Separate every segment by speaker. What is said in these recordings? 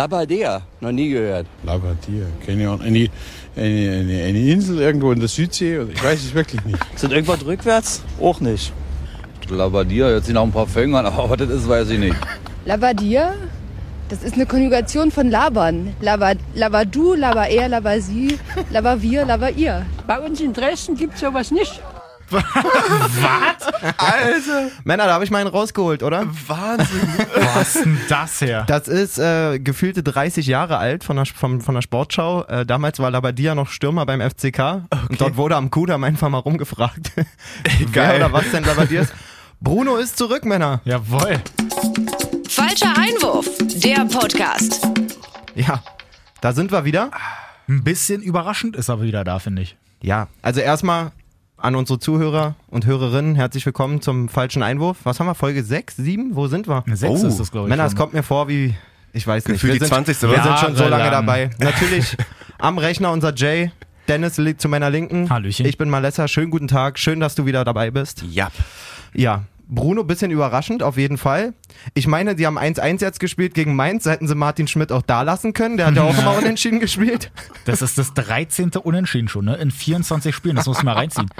Speaker 1: Labadea, noch nie gehört.
Speaker 2: Labadia, keine Ahnung. Eine, eine, eine, eine Insel irgendwo in der Südsee? oder- Ich weiß es wirklich nicht.
Speaker 3: Sind irgendwas rückwärts? Auch nicht.
Speaker 4: Labadier, jetzt sind noch ein paar Fänger, aber was das ist, weiß ich nicht.
Speaker 5: Labadia, das ist eine Konjugation von labern. Laba, labadu, labaer, labasi, labavir, labair.
Speaker 6: Bei uns in Dresden gibt es sowas nicht.
Speaker 7: Männer, da habe ich meinen rausgeholt, oder?
Speaker 8: Wahnsinn. Wo hast denn das her?
Speaker 7: Das ist äh, gefühlte 30 Jahre alt von der, von, von der Sportschau. Äh, damals war Labadia noch Stürmer beim FCK. Und dort wurde am Kudamm einfach mal rumgefragt, wer
Speaker 8: Geil.
Speaker 7: oder was denn Labadia ist. Bruno ist zurück, Männer.
Speaker 8: Jawohl.
Speaker 9: Falscher Einwurf, der Podcast.
Speaker 7: Ja, da sind wir wieder.
Speaker 8: Ein bisschen überraschend ist er wieder da, finde ich.
Speaker 7: Ja, also erstmal an unsere Zuhörer und Hörerinnen herzlich willkommen zum falschen Einwurf. Was haben wir? Folge 6, 7? Wo sind wir? Oh.
Speaker 8: Sechs ist das, glaube ich.
Speaker 7: Männer, es
Speaker 8: schon.
Speaker 7: kommt mir vor wie, ich weiß nicht.
Speaker 10: Gefühlt die 20.
Speaker 7: Wir
Speaker 8: oder?
Speaker 7: sind schon so lange
Speaker 8: Jahrelang.
Speaker 7: dabei. Natürlich am Rechner unser Jay. Dennis liegt zu meiner Linken.
Speaker 8: Hallöchen.
Speaker 7: Ich bin Malessa. Schönen guten Tag. Schön, dass du wieder dabei bist.
Speaker 10: Ja.
Speaker 7: Ja. Bruno, bisschen überraschend, auf jeden Fall. Ich meine, die haben 1-1 jetzt gespielt gegen Mainz. Hätten sie Martin Schmidt auch da lassen können. Der hat ja auch immer unentschieden gespielt.
Speaker 8: Das ist das 13. Unentschieden schon, ne? In 24 Spielen, das muss ich mal reinziehen.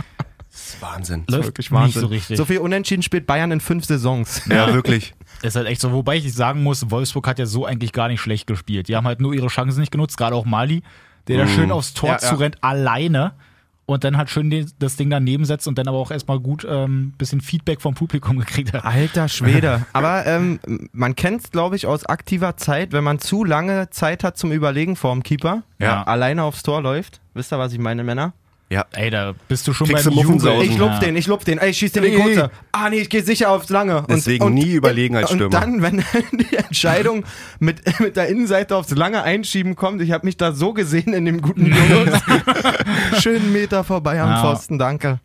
Speaker 10: Wahnsinn.
Speaker 8: Läuft
Speaker 7: Wirklich
Speaker 8: nicht
Speaker 7: Wahnsinn.
Speaker 8: so richtig.
Speaker 7: viel Unentschieden spielt Bayern in fünf Saisons.
Speaker 10: Ja, wirklich.
Speaker 8: ist halt echt so. Wobei ich sagen muss, Wolfsburg hat ja so eigentlich gar nicht schlecht gespielt. Die haben halt nur ihre Chancen nicht genutzt, gerade auch Mali, der
Speaker 10: Mm.
Speaker 8: da schön aufs Tor
Speaker 7: Ja, ja.
Speaker 8: zurennt, alleine. Und dann halt schön den, das Ding daneben setzt und dann aber auch erstmal gut ähm, bisschen Feedback vom Publikum gekriegt
Speaker 10: Ah.
Speaker 8: hat.
Speaker 7: Alter Schwede. Aber ähm, man kennt es, glaube ich, aus aktiver Zeit, wenn man zu lange Zeit hat zum Überlegen vorm Keeper,
Speaker 8: Ja.
Speaker 7: alleine aufs Tor läuft. Wisst ihr, was ich meine, Männer?
Speaker 8: Ey, da bist du schon
Speaker 10: Kriegst
Speaker 8: beim
Speaker 10: du
Speaker 8: Jubel.
Speaker 10: Muffensausen. Außen.
Speaker 7: Ich lupf den, ich lupf den, ey, ich schieß den in die
Speaker 10: Nee.
Speaker 7: Kurze. Ah, nee, ich gehe sicher aufs Lange. Und,
Speaker 10: Deswegen nie überlegen als
Speaker 7: Und
Speaker 10: Stürmer.
Speaker 7: dann, wenn die Entscheidung mit, mit der Innenseite aufs Lange einschieben kommt, ich habe mich da so gesehen in dem guten Modus. Schönen Meter vorbei am
Speaker 8: Ja.
Speaker 7: Pfosten, danke.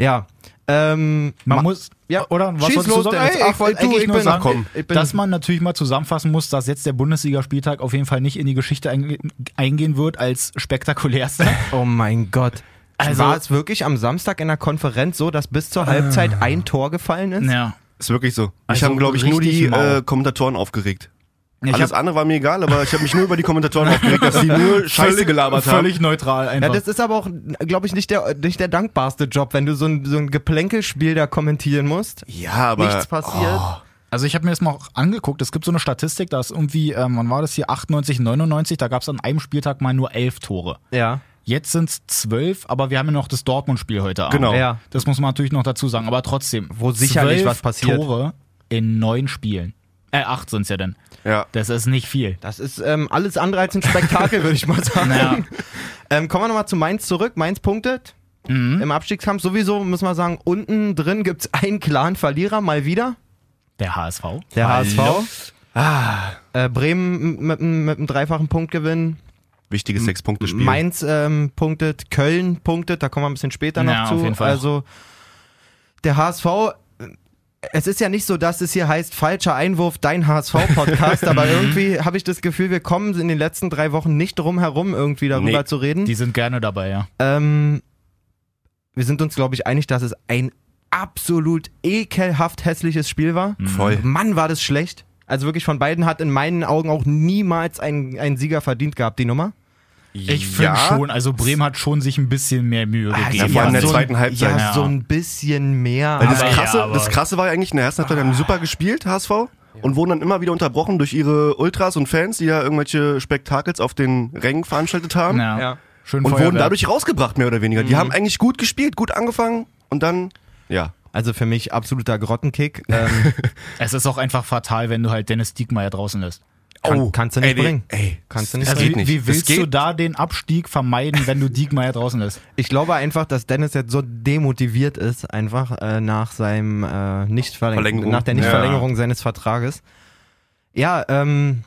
Speaker 7: Ja, ähm,
Speaker 8: Man
Speaker 7: ma-
Speaker 8: muss,
Speaker 7: Ja,
Speaker 8: oder? Was
Speaker 7: schieß
Speaker 8: wolltest
Speaker 7: los,
Speaker 8: du sagen?
Speaker 7: Dennis.
Speaker 8: Ach,
Speaker 7: Ich
Speaker 8: wollte
Speaker 7: wollt-
Speaker 8: eigentlich
Speaker 7: ich
Speaker 8: nur
Speaker 7: bin-
Speaker 8: sagen,
Speaker 7: ach komm, ich bin-
Speaker 8: dass man natürlich mal zusammenfassen muss, dass jetzt der Bundesligaspieltag auf jeden Fall nicht in die Geschichte einge eingehen wird als spektakulärster.
Speaker 7: Oh mein Gott.
Speaker 8: Also-
Speaker 7: war es wirklich am Samstag in der Konferenz so, dass bis zur Halbzeit ein Tor gefallen ist?
Speaker 8: ja.
Speaker 10: Ist wirklich so.
Speaker 8: Also
Speaker 10: ich habe, glaube ich, nur
Speaker 8: richtig
Speaker 10: die
Speaker 8: mau.
Speaker 10: äh, Kommentatoren aufgeregt.
Speaker 8: Ich
Speaker 10: Alles
Speaker 8: hab
Speaker 10: andere war mir egal, aber ich habe mich nur über die Kommentatoren aufgeregt, dass sie nur Scheiße gelabert haben.
Speaker 8: völlig neutral
Speaker 7: Ja,
Speaker 8: einfach.
Speaker 7: das ist aber auch, glaube ich, nicht der, nicht der dankbarste Job, wenn du so ein, so ein Geplänkelspiel da kommentieren musst.
Speaker 10: Ja, aber oh.
Speaker 7: Nichts passiert.
Speaker 8: Also ich habe mir das mal auch angeguckt, es gibt so eine Statistik, da ist irgendwie, ähm, wann war das hier, 98, 99, da gab es an einem Spieltag mal nur elf Tore.
Speaker 7: Ja.
Speaker 8: Jetzt sind es zwölf, aber wir haben ja noch das Dortmund-Spiel heute Abend.
Speaker 10: Genau.
Speaker 7: Ja.
Speaker 8: Das muss man natürlich noch dazu sagen, aber trotzdem.
Speaker 7: Wo sicherlich
Speaker 8: 12
Speaker 7: was passiert.
Speaker 8: Tore in neun Spielen. Äh, acht sind es ja dann.
Speaker 10: oh, ja.
Speaker 8: Das ist nicht viel.
Speaker 7: Das ist ähm, alles andere als ein Spektakel, würde ich mal sagen.
Speaker 8: Naja.
Speaker 7: Ähm, kommen wir nochmal zu Mainz zurück. Mainz punktet im Abstiegskampf. Sowieso müssen wir sagen, unten drin gibt es einen klaren Verlierer, mal wieder.
Speaker 8: Der HSV.
Speaker 7: Der HSV.
Speaker 10: Ah.
Speaker 7: Äh, Bremen mit, einem- mit einem dreifachen Punktgewinn.
Speaker 10: Wichtiges Sechs-Punkte-Spiel.
Speaker 7: Mainz ähm, punktet, Köln punktet, da kommen wir ein bisschen später noch
Speaker 8: Ja,
Speaker 7: zu.
Speaker 8: auf jeden Fall.
Speaker 7: Also der HSV, äh, es ist ja nicht so, dass es hier heißt, falscher Einwurf, dein HSV-Podcast, aber irgendwie habe ich das Gefühl, wir kommen in den letzten drei Wochen nicht drum herum, irgendwie darüber
Speaker 10: Nee,
Speaker 7: zu reden.
Speaker 8: Die sind gerne dabei, ja.
Speaker 7: Ähm, wir sind uns, glaube ich, einig, dass es ein absolut ekelhaft hässliches Spiel war.
Speaker 8: Mhm.
Speaker 10: Voll.
Speaker 7: Mann, war das schlecht. Also wirklich von beiden hat in meinen Augen auch niemals ein, ein Sieger verdient gehabt, die Nummer.
Speaker 8: Ich finde schon, also Bremen hat schon sich ein bisschen mehr Mühe gegeben.
Speaker 10: die vor allem in der
Speaker 8: so ein-
Speaker 10: zweiten Halbzeit.
Speaker 7: Ja,
Speaker 8: Ja.
Speaker 7: so ein bisschen mehr.
Speaker 10: Weil das,
Speaker 8: Aber-
Speaker 10: krasse,
Speaker 8: ja, aber- Ah.
Speaker 10: das Krasse war ja eigentlich, in der ersten Halbzeit haben die super gespielt, HSV, und wurden dann immer wieder unterbrochen durch ihre Ultras und Fans, die da irgendwelche Spektakels auf den Rängen veranstaltet haben.
Speaker 8: ja. Mhm.
Speaker 7: Ja.
Speaker 8: Schön
Speaker 10: Und wurden
Speaker 8: Feuerwerk.
Speaker 10: dadurch rausgebracht, mehr oder weniger. Die haben eigentlich gut gespielt, gut angefangen und dann, ja.
Speaker 7: Also für mich absoluter Grottenkick. Ähm,
Speaker 8: Es ist auch einfach fatal, wenn du halt Dennis Diekmeyer draußen lässt.
Speaker 7: kann, kannst du nicht
Speaker 10: Oh, ey, nee,
Speaker 7: bringen.
Speaker 10: Ey,
Speaker 7: Kannst du nicht
Speaker 8: Also
Speaker 7: bringen.
Speaker 10: geht
Speaker 8: wie, wie
Speaker 10: nicht. Das
Speaker 8: willst
Speaker 10: geht-
Speaker 8: du da den Abstieg vermeiden, wenn du Diekmeyer draußen lässt?
Speaker 7: Ich glaube einfach, dass Dennis jetzt so demotiviert ist, einfach äh, nach seinem äh, Nichtverlängerung,
Speaker 10: Verlängerung.
Speaker 7: nach der Nichtverlängerung seines Vertrages. Ja, ähm,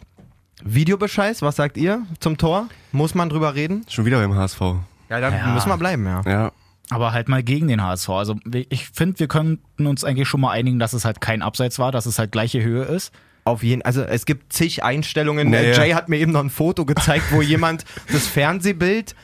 Speaker 7: Videobescheiß, was sagt ihr zum Tor? Muss man drüber reden?
Speaker 10: Schon wieder beim HSV.
Speaker 7: Ja, da
Speaker 10: Ah.
Speaker 8: Ja.
Speaker 7: müssen wir bleiben, ja.
Speaker 10: Ja.
Speaker 8: Aber halt mal gegen den HSV. Also ich finde, wir könnten uns eigentlich schon mal einigen, dass es halt kein Abseits war, dass es halt gleiche Höhe ist.
Speaker 7: Auf jeden also es gibt zig Einstellungen.
Speaker 10: Nee.
Speaker 7: Äh, Jay hat mir eben noch ein Foto gezeigt, wo jemand das Fernsehbild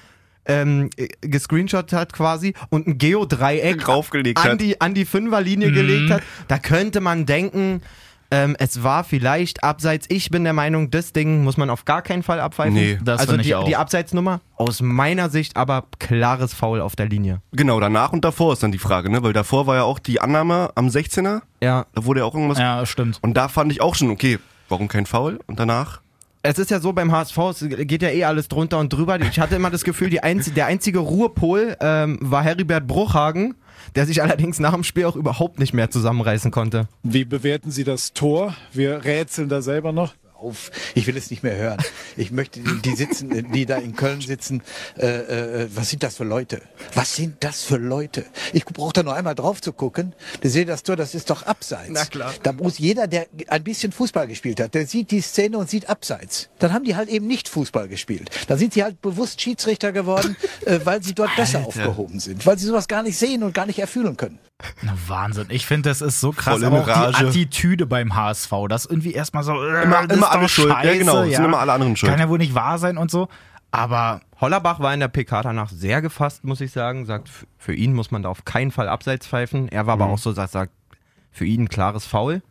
Speaker 7: ähm, äh, gescreenshot hat quasi und ein Geodreieck
Speaker 10: Draufgelegt
Speaker 7: an
Speaker 10: hat.
Speaker 8: Mhm.
Speaker 7: die, an die Fünferlinie gelegt hat. Da könnte man denken, Ähm, es war vielleicht abseits. Ich bin der Meinung, das Ding muss man auf gar keinen Fall abpfeifen.
Speaker 10: Nee,
Speaker 8: das
Speaker 7: also
Speaker 8: finde ich
Speaker 7: die,
Speaker 8: auch.
Speaker 7: die Abseitsnummer aus meiner Sicht aber klares Foul auf der Linie.
Speaker 10: Genau, danach und davor ist dann die Frage, ne? Weil davor war ja auch die Annahme am 16er,
Speaker 7: Ja,
Speaker 10: da wurde ja auch irgendwas.
Speaker 8: Ja, stimmt.
Speaker 10: Und da fand ich auch schon, okay, warum kein Foul? Und danach?
Speaker 7: es ist ja so beim HSV, es geht ja eh alles drunter und drüber. Ich hatte immer das Gefühl, die einzi der einzige Ruhepol ähm, war Heribert Bruchhagen, der sich allerdings nach dem Spiel auch überhaupt nicht mehr zusammenreißen konnte.
Speaker 11: Wie bewerten Sie das Tor? Wir rätseln da selber noch.
Speaker 3: Auf. Ich will es nicht mehr hören. Ich möchte die, die sitzen, die da in Köln sitzen. Äh, äh, was sind das für Leute? Was sind das für Leute? Ich brauche da nur einmal drauf zu gucken. Da sehe das Tor, das ist doch abseits.
Speaker 7: Na klar.
Speaker 3: Da muss jeder, der ein bisschen Fußball gespielt hat, der sieht die Szene und sieht abseits. Dann haben die halt eben nicht Fußball gespielt. Dann sind sie halt bewusst Schiedsrichter geworden, äh, weil sie dort besser aufgehoben sind, weil sie sowas gar nicht sehen und gar nicht erfühlen können.
Speaker 8: Na, Wahnsinn. Ich finde, das ist so krass.
Speaker 10: Voll in
Speaker 8: Aber auch die
Speaker 10: Rage.
Speaker 8: Attitüde beim HSV, das irgendwie erstmal so. äh,
Speaker 10: Immer-
Speaker 8: das ist
Speaker 10: immer alle
Speaker 8: doch
Speaker 10: schuld. Ja,
Speaker 8: Scheiße,
Speaker 10: genau. Es sind immer alle anderen schuld.
Speaker 8: Kann ja wohl nicht wahr sein und so. Aber
Speaker 7: Hollerbach war in der PK danach sehr gefasst, muss ich sagen. Sagt, f- für ihn muss man da auf keinen Fall abseits pfeifen. Er war aber auch so, sagt, sagt für ihn ein klares Foul.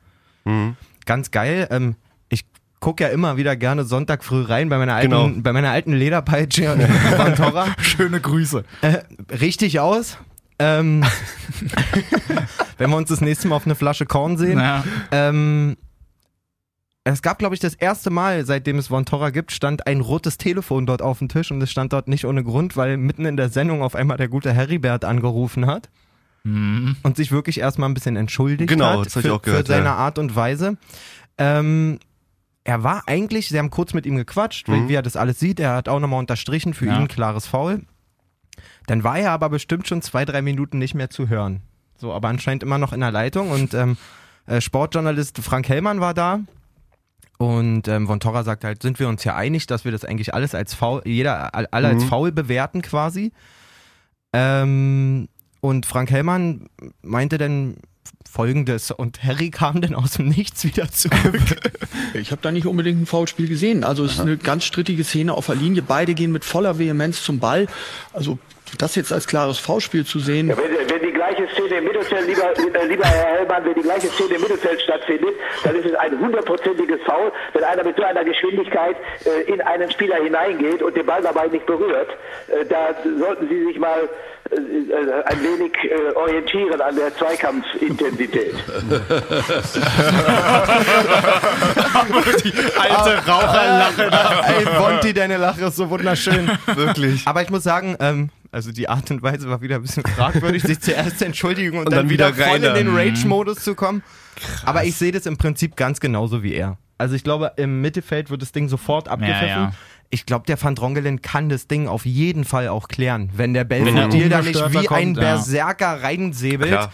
Speaker 7: Ganz geil. Ähm, ich gucke ja immer wieder gerne Sonntag früh rein bei meiner alten,
Speaker 10: Genau.
Speaker 7: bei meiner alten Lederpeitsche von Torra.
Speaker 8: schöne Grüße.
Speaker 7: richtig aus. Ähm, wenn wir uns das nächste Mal auf eine Flasche Korn sehen.
Speaker 8: Ja.
Speaker 7: Ähm, es gab, glaube ich, das erste Mal, seitdem es Von Torra gibt, stand ein rotes Telefon dort auf dem Tisch und es stand dort nicht ohne Grund, weil mitten in der Sendung auf einmal der gute Heribert angerufen hat
Speaker 8: Mhm.
Speaker 7: und sich wirklich erstmal ein bisschen entschuldigt
Speaker 10: Genau,
Speaker 7: hat
Speaker 10: das hab
Speaker 7: für,
Speaker 10: ich auch gehört,
Speaker 7: für seine
Speaker 10: ja.
Speaker 7: Art und Weise. Ähm, er war eigentlich, sie haben kurz mit ihm gequatscht, wie- wie er das alles sieht. Er hat auch nochmal unterstrichen, für
Speaker 8: Ja.
Speaker 7: ihn klares Foul. Dann war er aber bestimmt schon zwei, drei Minuten nicht mehr zu hören. So, aber anscheinend immer noch in der Leitung. Und ähm, äh, Sportjournalist Frank Hellmann war da. Und ähm, Von Torra sagt halt, sind wir uns ja einig, dass wir das eigentlich alles als faul, jeder, all- alle als faul bewerten quasi. Ähm, und Frank Hellmann meinte dann folgendes und Harry kam dann aus dem Nichts wieder zurück.
Speaker 12: Ich habe da nicht unbedingt ein Foulspiel gesehen. Also es ist eine ganz strittige Szene auf der Linie. Beide gehen mit voller Vehemenz zum Ball. Also das jetzt als klares Foulspiel zu sehen.
Speaker 13: Wenn, wenn die gleiche Szene im Mittelfeld, lieber, äh, lieber Herr Hellmann, wenn die gleiche Szene im Mittelfeld stattfindet, dann ist es ein hundertprozentiges Foul, wenn einer mit so einer Geschwindigkeit äh, in einen Spieler hineingeht und den Ball dabei nicht berührt. Äh, da sollten Sie sich mal äh, äh, ein wenig äh, orientieren an der Zweikampfintensität.
Speaker 8: Die alte
Speaker 10: Ah,
Speaker 8: Raucherlache.
Speaker 7: Ey, Bonti, deine Lache ist so wunderschön.
Speaker 10: Wirklich.
Speaker 7: Aber ich muss sagen, ähm, also die Art und Weise war wieder ein bisschen fragwürdig, sich zuerst zu entschuldigen und,
Speaker 10: Und
Speaker 7: dann,
Speaker 10: dann
Speaker 7: wieder,
Speaker 10: wieder
Speaker 7: voll in
Speaker 10: rein
Speaker 7: den
Speaker 10: da.
Speaker 7: Rage-Modus zu kommen. Aber ich sehe das im Prinzip ganz genauso wie er. Also ich glaube, im Mittelfeld wird das Ding sofort abgepfiffen.
Speaker 8: ja.
Speaker 7: Ich glaube, der Van Drongelen kann das Ding auf jeden Fall auch klären, wenn der
Speaker 8: er
Speaker 7: Belfodil da nicht
Speaker 8: ungestört
Speaker 7: wie
Speaker 8: da kommt,
Speaker 7: ein
Speaker 8: ja.
Speaker 7: Berserker reinsäbelt.
Speaker 10: Klar.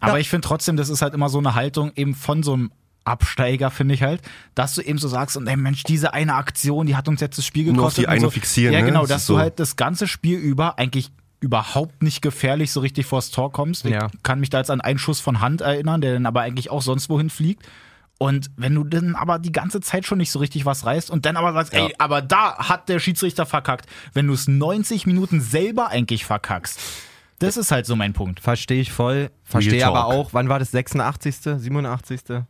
Speaker 8: Aber ich finde trotzdem, das ist halt immer so eine Haltung eben von so einem Absteiger, finde ich halt, dass du eben so sagst, und ey Mensch, diese eine Aktion, die hat uns jetzt das Spiel gekostet.
Speaker 10: Nur auf die
Speaker 8: und
Speaker 10: eine
Speaker 8: so.
Speaker 10: fixieren,
Speaker 8: Ja,
Speaker 10: ne?
Speaker 8: genau,
Speaker 10: Das
Speaker 8: dass
Speaker 10: ist
Speaker 8: du
Speaker 10: so.
Speaker 8: halt das ganze Spiel über eigentlich überhaupt nicht gefährlich so richtig vors Tor kommst. Ich
Speaker 7: Ja.
Speaker 8: kann mich da jetzt an einen Schuss von Hand erinnern, der dann aber eigentlich auch sonst wohin fliegt. Und wenn du dann aber die ganze Zeit schon nicht so richtig was reißt und dann aber sagst, ey, aber da hat der Schiedsrichter verkackt, wenn du es 90 Minuten selber eigentlich verkackst. Das ist halt so mein Punkt.
Speaker 7: Verstehe ich voll. Verstehe aber
Speaker 10: talk.
Speaker 7: auch, wann war das? 86., 87.?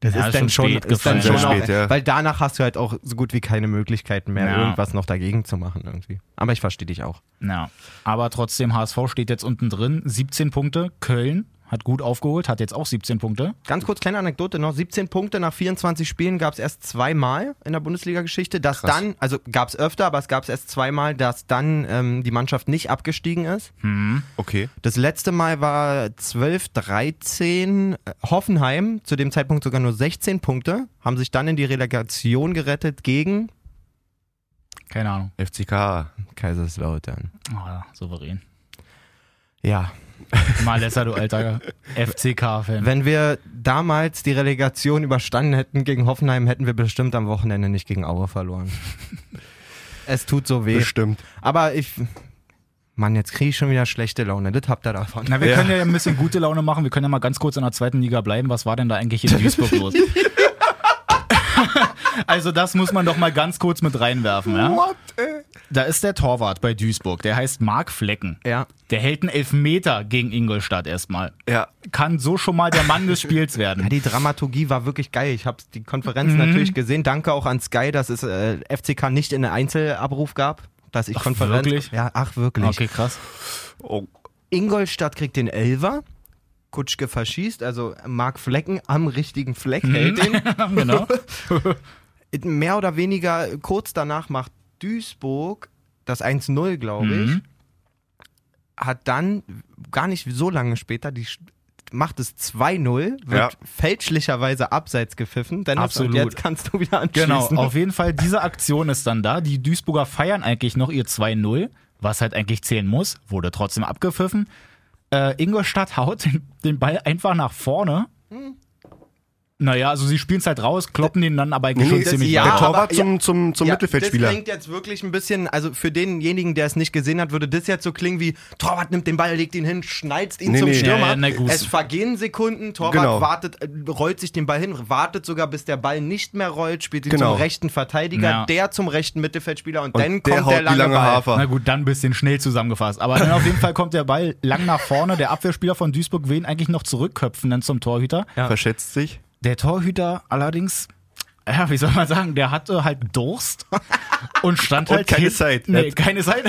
Speaker 7: Das
Speaker 8: Ja,
Speaker 7: ist, dann schon,
Speaker 8: spät
Speaker 7: ist dann
Speaker 8: gefallen.
Speaker 7: schon
Speaker 10: Sehr
Speaker 7: auch,
Speaker 10: spät, ja.
Speaker 7: weil danach hast du halt auch so gut wie keine Möglichkeiten mehr,
Speaker 8: Ja.
Speaker 7: irgendwas noch dagegen zu machen irgendwie. Aber ich verstehe dich auch.
Speaker 8: Ja, aber trotzdem, HSV steht jetzt unten drin, 17 Punkte. Köln hat gut aufgeholt, hat jetzt auch 17 Punkte.
Speaker 7: Ganz kurz, kleine Anekdote noch. 17 Punkte nach 24 Spielen gab es erst zweimal in der Bundesliga-Geschichte, dass dann, also gab es öfter, aber es gab es erst zweimal, dass dann ähm, die Mannschaft nicht abgestiegen ist.
Speaker 10: Okay.
Speaker 7: Das letzte Mal war 12, 13. äh, Hoffenheim, zu dem Zeitpunkt sogar nur 16 Punkte, haben sich dann in die Relegation gerettet gegen
Speaker 8: Keine Ahnung.
Speaker 10: FCK.
Speaker 7: Kaiserslautern.
Speaker 8: Ah, souverän.
Speaker 7: Ja,
Speaker 8: Malessa, du alter FCK-Fan.
Speaker 7: wenn wir damals die Relegation überstanden hätten gegen Hoffenheim, hätten wir bestimmt am Wochenende nicht gegen Aue verloren. es tut so weh.
Speaker 10: Bestimmt.
Speaker 7: Aber ich. Mann, jetzt kriege ich schon wieder schlechte Laune. Das habt ihr davon.
Speaker 8: Na, wir können ja ein bisschen gute Laune machen. Wir können ja mal ganz kurz in der zweiten Liga bleiben. Was war denn da eigentlich in Duisburg los? also das muss man doch mal ganz kurz mit reinwerfen. Ja?
Speaker 14: What,
Speaker 8: Da ist der Torwart bei Duisburg, der heißt Marc Flecken. Ja. Der hält einen Elfmeter gegen Ingolstadt erstmal.
Speaker 10: Ja.
Speaker 8: Kann so schon mal der Mann des Spiels werden.
Speaker 7: die Dramaturgie war wirklich geil. Ich habe die Konferenz
Speaker 8: Mhm.
Speaker 7: natürlich gesehen. Danke auch an Sky, dass es äh, FCK nicht in einen Einzelabruf gab, dass ich
Speaker 8: Ach,
Speaker 7: Konferenz.
Speaker 8: wirklich?
Speaker 7: Ja, ach wirklich.
Speaker 8: Okay, krass.
Speaker 7: Ingolstadt kriegt den Elver. Kutschke verschießt, also Marc Flecken am richtigen Fleck
Speaker 8: Mhm.
Speaker 7: hält den.
Speaker 8: genau.
Speaker 7: Mehr oder weniger kurz danach macht Duisburg das 1-0, glaube ich.
Speaker 8: Mhm.
Speaker 7: Hat dann gar nicht so lange später die Sch- macht es 2-0, wird
Speaker 8: Ja.
Speaker 7: fälschlicherweise abseits gepfiffen. Dennis,
Speaker 8: Absolut.
Speaker 7: Und jetzt kannst du wieder anschließen.
Speaker 8: Genau, auf jeden Fall, diese Aktion ist dann da. Die Duisburger feiern eigentlich noch ihr 2-0, was halt eigentlich zählen muss, wurde trotzdem abgepfiffen. Äh, Ingolstadt haut den, den Ball einfach nach vorne.
Speaker 7: Hm.
Speaker 8: Naja, also sie spielen es halt raus, kloppen den dann aber eigentlich schon ziemlich weit.
Speaker 7: ja, Das klingt jetzt wirklich ein bisschen, also für denjenigen, der es nicht gesehen hat, würde das jetzt so klingen wie: Torwart nimmt den Ball, legt ihn hin, schneidet ihn
Speaker 10: Nee,
Speaker 7: zum
Speaker 10: nee.
Speaker 7: Stürmer.
Speaker 10: Ja, na gut.
Speaker 7: Es vergehen Sekunden, Torwart
Speaker 10: Genau.
Speaker 7: wartet, äh, rollt sich den Ball hin, wartet sogar, bis der Ball nicht mehr rollt, spielt ihn
Speaker 10: Genau.
Speaker 7: zum rechten Verteidiger,
Speaker 8: Ja.
Speaker 7: der zum rechten Mittelfeldspieler und,
Speaker 8: Und
Speaker 7: dann kommt der lange, Ball.
Speaker 8: Na gut, dann ein bisschen schnell zusammengefasst. Aber dann auf jeden Fall kommt der Ball lang nach vorne. Der Abwehrspieler von Duisburg will ihn eigentlich noch zurückköpfen dann zum Torhüter.
Speaker 10: Verschätzt sich.
Speaker 8: Der Torhüter allerdings, ja, wie soll man sagen, der hatte halt Durst und stand
Speaker 10: Und
Speaker 8: halt
Speaker 10: keine
Speaker 8: hin-
Speaker 10: Zeit.
Speaker 8: Nee, keine Zeit.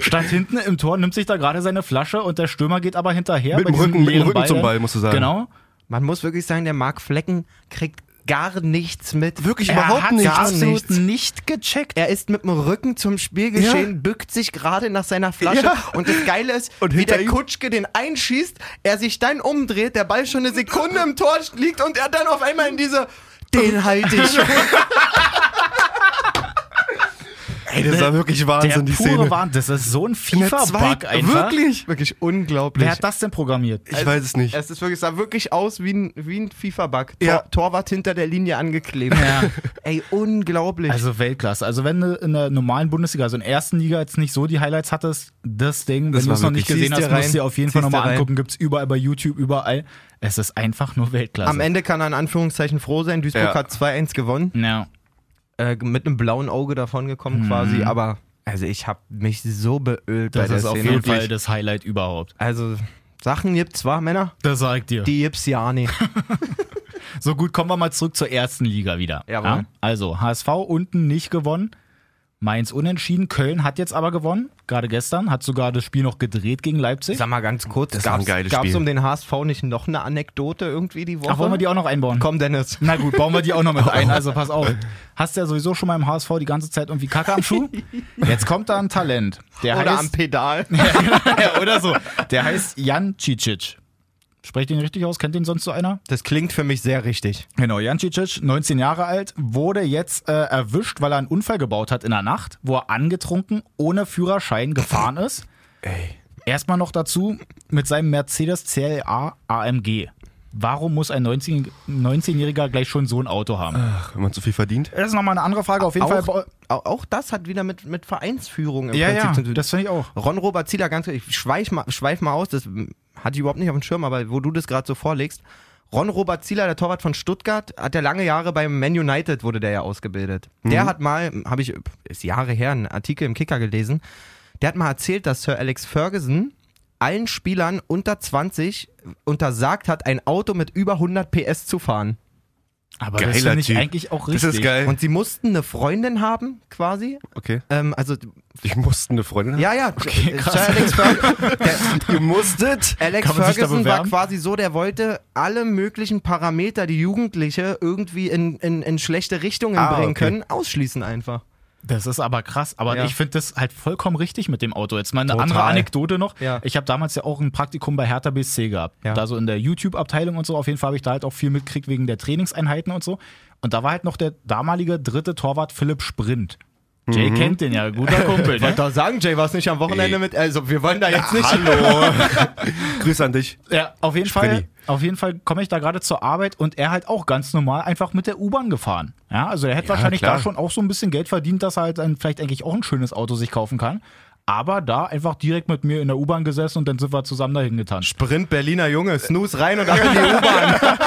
Speaker 8: Stand hinten im Tor, nimmt sich da gerade seine Flasche und der Stürmer geht aber hinterher. bei diesem leeren dann. Genau.
Speaker 7: Man muss wirklich sagen, der Marc Flecken kriegt gar nichts mit.
Speaker 10: Wirklich überhaupt
Speaker 7: hat
Speaker 10: nichts.
Speaker 7: Gar
Speaker 10: Absolut
Speaker 7: nichts.
Speaker 8: nicht gecheckt.
Speaker 7: Er ist mit dem Rücken zum Spiel geschehen,
Speaker 10: Ja.
Speaker 7: bückt sich gerade nach seiner Flasche
Speaker 10: Ja.
Speaker 7: und das Geile ist,
Speaker 10: Und
Speaker 7: wie
Speaker 10: hinter
Speaker 7: der
Speaker 10: ihm-
Speaker 7: Kutschke den einschießt, er sich dann umdreht, der Ball schon eine Sekunde im Tor liegt und er dann auf einmal in diese den halte ich.
Speaker 10: Ey, das war wirklich Wahnsinn,
Speaker 8: der
Speaker 10: die
Speaker 8: pure
Speaker 10: Szene.
Speaker 8: Wahnsinn. Das ist so ein
Speaker 10: In der
Speaker 8: FIFA-Bug
Speaker 10: zweiten-
Speaker 8: einfach.
Speaker 7: Wirklich? Wirklich unglaublich.
Speaker 8: Wer hat das denn programmiert?
Speaker 10: Ich weiß es nicht.
Speaker 7: Es ist wirklich, sah wirklich aus wie ein, wie ein FIFA-Bug. Tor,
Speaker 8: Ja.
Speaker 7: Torwart hinter der Linie angeklebt. Ey, unglaublich.
Speaker 8: Also Weltklasse. Also wenn du in der normalen Bundesliga, also in der ersten Liga jetzt nicht so die Highlights hattest, das Ding,
Speaker 7: Das
Speaker 8: wenn du
Speaker 7: war
Speaker 8: es noch nicht
Speaker 7: wirklich-
Speaker 8: gesehen
Speaker 7: Ziehst
Speaker 8: hast,
Speaker 7: dir
Speaker 8: musst du dir
Speaker 7: rein.
Speaker 8: auf jeden Fall
Speaker 7: Ziehst dir
Speaker 8: nochmal
Speaker 7: rein.
Speaker 8: angucken. Gibt's überall bei YouTube, überall. Es ist einfach nur Weltklasse.
Speaker 7: Am Ende kann er in Anführungszeichen froh sein. Duisburg
Speaker 8: Also Ja.
Speaker 7: hat 2-1 gewonnen.
Speaker 8: Ja.
Speaker 7: Äh, mit einem blauen Auge davongekommen
Speaker 8: Mhm.
Speaker 7: quasi. Aber also ich habe mich so beölt bei
Speaker 8: Das
Speaker 7: der
Speaker 8: ist auf
Speaker 7: Szene.
Speaker 8: jeden Fall
Speaker 7: Wirklich.
Speaker 8: das Highlight überhaupt.
Speaker 7: Also Sachen gibt's zwar, Männer.
Speaker 8: Das sag ich dir.
Speaker 7: Die gibt's ja nicht.
Speaker 8: So gut, kommen wir mal zurück zur ersten Liga wieder.
Speaker 7: Jawohl.
Speaker 8: Also, HSV unten nicht gewonnen, Mainz unentschieden, Köln hat jetzt aber gewonnen, gerade gestern, hat sogar das Spiel noch gedreht gegen Leipzig.
Speaker 7: Sag mal ganz kurz,
Speaker 8: das
Speaker 7: Gab's, gab's um den HSV nicht noch eine Anekdote irgendwie die Woche?
Speaker 8: Ach, wollen wir die auch noch einbauen?
Speaker 7: Komm, Dennis.
Speaker 8: Na gut, bauen wir die auch noch mit ein. Also pass auf. Hast ja sowieso schon mal im HSV die ganze Zeit irgendwie Kacke am Schuh. Jetzt kommt da ein Talent. Der
Speaker 7: Oder
Speaker 8: heißt,
Speaker 7: am Pedal.
Speaker 8: ja, oder so. Der heißt Jan Cicic. Sprecht den richtig aus? Kennt den sonst so einer?
Speaker 7: Das klingt für mich sehr richtig.
Speaker 8: Genau, Jan Cicic, 19 Jahre alt, wurde jetzt äh, erwischt, weil er einen Unfall gebaut hat in der Nacht, wo er angetrunken, ohne Führerschein gefahren ist. Erstmal noch dazu mit seinem Mercedes CLA AMG. Warum muss ein 19 19-Jähriger gleich schon so ein Auto haben?
Speaker 10: Ach, wenn man zu viel verdient.
Speaker 8: Das ist nochmal eine andere Frage. Auf jeden
Speaker 7: Äh. auch,
Speaker 8: Fall.
Speaker 7: Auch, auch das hat wieder mit, mit Vereinsführung im
Speaker 8: Ja,
Speaker 7: Prinzip
Speaker 8: ja,
Speaker 7: zu tun.
Speaker 8: das finde ich auch.
Speaker 7: Ron-Robert Zieler, ganz kurz, ich schweif mal, schweif mal aus, das hatte ich überhaupt nicht auf dem Schirm, aber wo du das gerade so vorlegst. Ron-Robert Zieler, der Torwart von Stuttgart, hat ja lange Jahre beim Man United, wurde der ja ausgebildet. Der
Speaker 10: Mhm.
Speaker 7: hat mal, habe ich, ist Jahre her, einen Artikel im Kicker gelesen, der hat mal erzählt, dass Sir Alex Ferguson allen Spielern unter 20 untersagt hat, ein Auto mit über 100 PS zu fahren.
Speaker 8: Aber das Geiler finde ich Typ. eigentlich auch Das ist richtig. geil.
Speaker 7: Und sie mussten eine Freundin haben, quasi.
Speaker 10: Okay.
Speaker 7: Ähm, also,
Speaker 10: ich musste eine Freundin haben.
Speaker 7: Ja, ja.
Speaker 10: Okay,
Speaker 7: Äh,
Speaker 10: krass.
Speaker 7: Sir Alex Ferguson.
Speaker 10: Ihr musstet.
Speaker 7: Alex
Speaker 10: Kann man sich da
Speaker 7: Ferguson war
Speaker 10: bewerben?
Speaker 7: quasi so, der wollte alle möglichen Parameter, die Jugendliche irgendwie in, in, in schlechte Richtungen
Speaker 8: Ah,
Speaker 7: bringen
Speaker 8: okay.
Speaker 7: können, ausschließen einfach.
Speaker 8: Das ist aber krass, aber
Speaker 7: Ja.
Speaker 8: ich finde das halt vollkommen richtig mit dem Auto. Jetzt mal eine
Speaker 7: Total.
Speaker 8: andere Anekdote noch. Ich habe damals ja auch ein Praktikum bei Hertha BSC gehabt. Da so in der YouTube-Abteilung und so. Auf jeden Fall habe ich da halt auch viel mitgekriegt wegen der Trainingseinheiten und so. Und da war halt noch der damalige dritte Torwart Philipp Sprint. Jay
Speaker 7: Mhm.
Speaker 8: kennt den ja, guter Kumpel. ne?
Speaker 7: Wollte doch sagen, Jay, war es nicht am Wochenende mit. Also, wir wollen da jetzt nicht.
Speaker 10: Hallo. Grüße an dich.
Speaker 8: Ja, auf jeden Fall,
Speaker 10: Sprinni.
Speaker 8: auf jeden Fall komme ich da gerade zur Arbeit und er halt auch ganz normal einfach mit der U-Bahn gefahren. Ja, also er hätte
Speaker 10: Ja,
Speaker 8: wahrscheinlich
Speaker 10: klar.
Speaker 8: da schon auch so ein bisschen Geld verdient, dass er halt dann vielleicht eigentlich auch ein schönes Auto sich kaufen kann. aber da einfach direkt mit mir in der U-Bahn gesessen und dann sind wir zusammen dahin getanzt.
Speaker 7: Sprint Berliner Junge, Snooze rein und ab in die U-Bahn.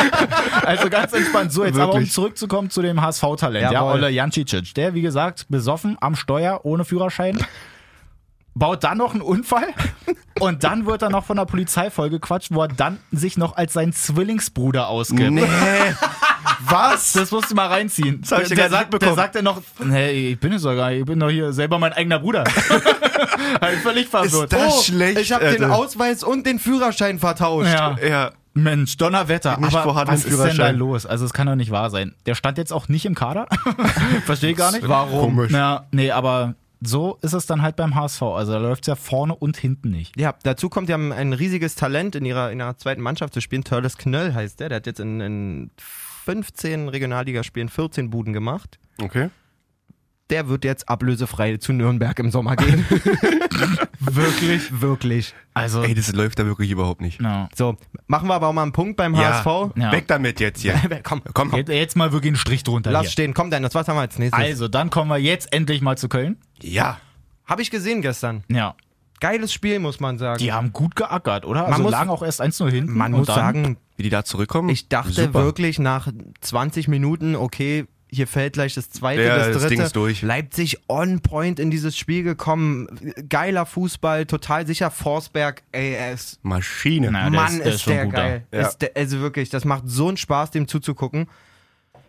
Speaker 8: also ganz entspannt. So, jetzt aber um
Speaker 7: Wirklich.
Speaker 8: zurückzukommen zu dem HSV-Talent, ja,
Speaker 7: Jawohl.
Speaker 8: Ole Jancicic, der wie gesagt besoffen am Steuer ohne Führerschein baut dann noch einen Unfall und dann wird er noch von der Polizei vollgequatscht, wo er dann sich noch als sein Zwillingsbruder ausgibt.
Speaker 10: Nee.
Speaker 8: Was? Das musst du mal reinziehen.
Speaker 10: hab ich ja gar
Speaker 8: sagt,
Speaker 10: nicht
Speaker 8: der
Speaker 10: mitbekommen.
Speaker 8: sagt dann noch, nee, ich bin es sogar, ich bin doch hier selber mein eigener Bruder. Hab ich völlig verwirrt.
Speaker 7: oh, Ich habe den Ausweis und den Führerschein vertauscht.
Speaker 8: Ja. Mensch, Donnerwetter.
Speaker 7: Nicht
Speaker 8: Aber
Speaker 7: vorhandenen
Speaker 8: was ist denn da
Speaker 7: Führerschein.
Speaker 8: los? Also, es kann doch nicht wahr sein. Der stand jetzt auch nicht im Kader. Verstehe gar nicht.
Speaker 7: Warum? Komisch.
Speaker 8: Na, nee, aber so ist es dann halt beim HSV. Also, da läuft's ja vorne und hinten nicht.
Speaker 7: Ja, dazu kommt, die haben ein riesiges Talent in ihrer, in ihrer zweiten Mannschaft zu spielen. Törles Knöll heißt der. Der hat jetzt in, in 15 Regionalligaspielen 14 Buden gemacht.
Speaker 10: Okay.
Speaker 7: Der wird jetzt ablösefrei zu Nürnberg im Sommer gehen. wirklich, wirklich.
Speaker 8: Also,
Speaker 10: Ey, das läuft da wirklich überhaupt nicht.
Speaker 7: So, machen wir aber auch mal einen Punkt beim
Speaker 10: Ja,
Speaker 7: HSV.
Speaker 10: Weg damit jetzt hier.
Speaker 7: komm,
Speaker 10: komm.
Speaker 8: Jetzt, jetzt mal wirklich einen Strich drunter.
Speaker 7: Lass
Speaker 8: hier.
Speaker 7: stehen. Komm, Dennis, was haben wir als nächstes?
Speaker 8: Also, dann kommen wir jetzt endlich mal zu Köln.
Speaker 10: Ja.
Speaker 7: Habe ich gesehen gestern.
Speaker 8: Ja.
Speaker 7: Geiles Spiel, muss man sagen.
Speaker 8: Die haben gut geackert, oder?
Speaker 7: Man
Speaker 8: also,
Speaker 7: muss-
Speaker 8: lagen auch erst 1-0 hinten.
Speaker 7: Man
Speaker 8: und
Speaker 7: muss
Speaker 8: dann,
Speaker 7: sagen,
Speaker 10: Wie die da zurückkommen?
Speaker 7: ich dachte
Speaker 10: Super.
Speaker 7: wirklich nach 20 Minuten, okay, hier fällt gleich das zweite,
Speaker 10: Ja,
Speaker 7: das
Speaker 10: das
Speaker 7: dritte.
Speaker 10: Ding ist durch.
Speaker 7: Leipzig on point in dieses Spiel gekommen. Geiler Fußball, total sicher. Forsberg, ey, er ist
Speaker 10: Maschine.
Speaker 8: Na, Ah, der
Speaker 7: Mann,
Speaker 8: ist-
Speaker 7: ist,
Speaker 8: der ist schon
Speaker 7: der
Speaker 8: gut
Speaker 7: geil.
Speaker 10: da. Ja.
Speaker 7: Ist der, also wirklich, das macht so einen Spaß, dem zuzugucken.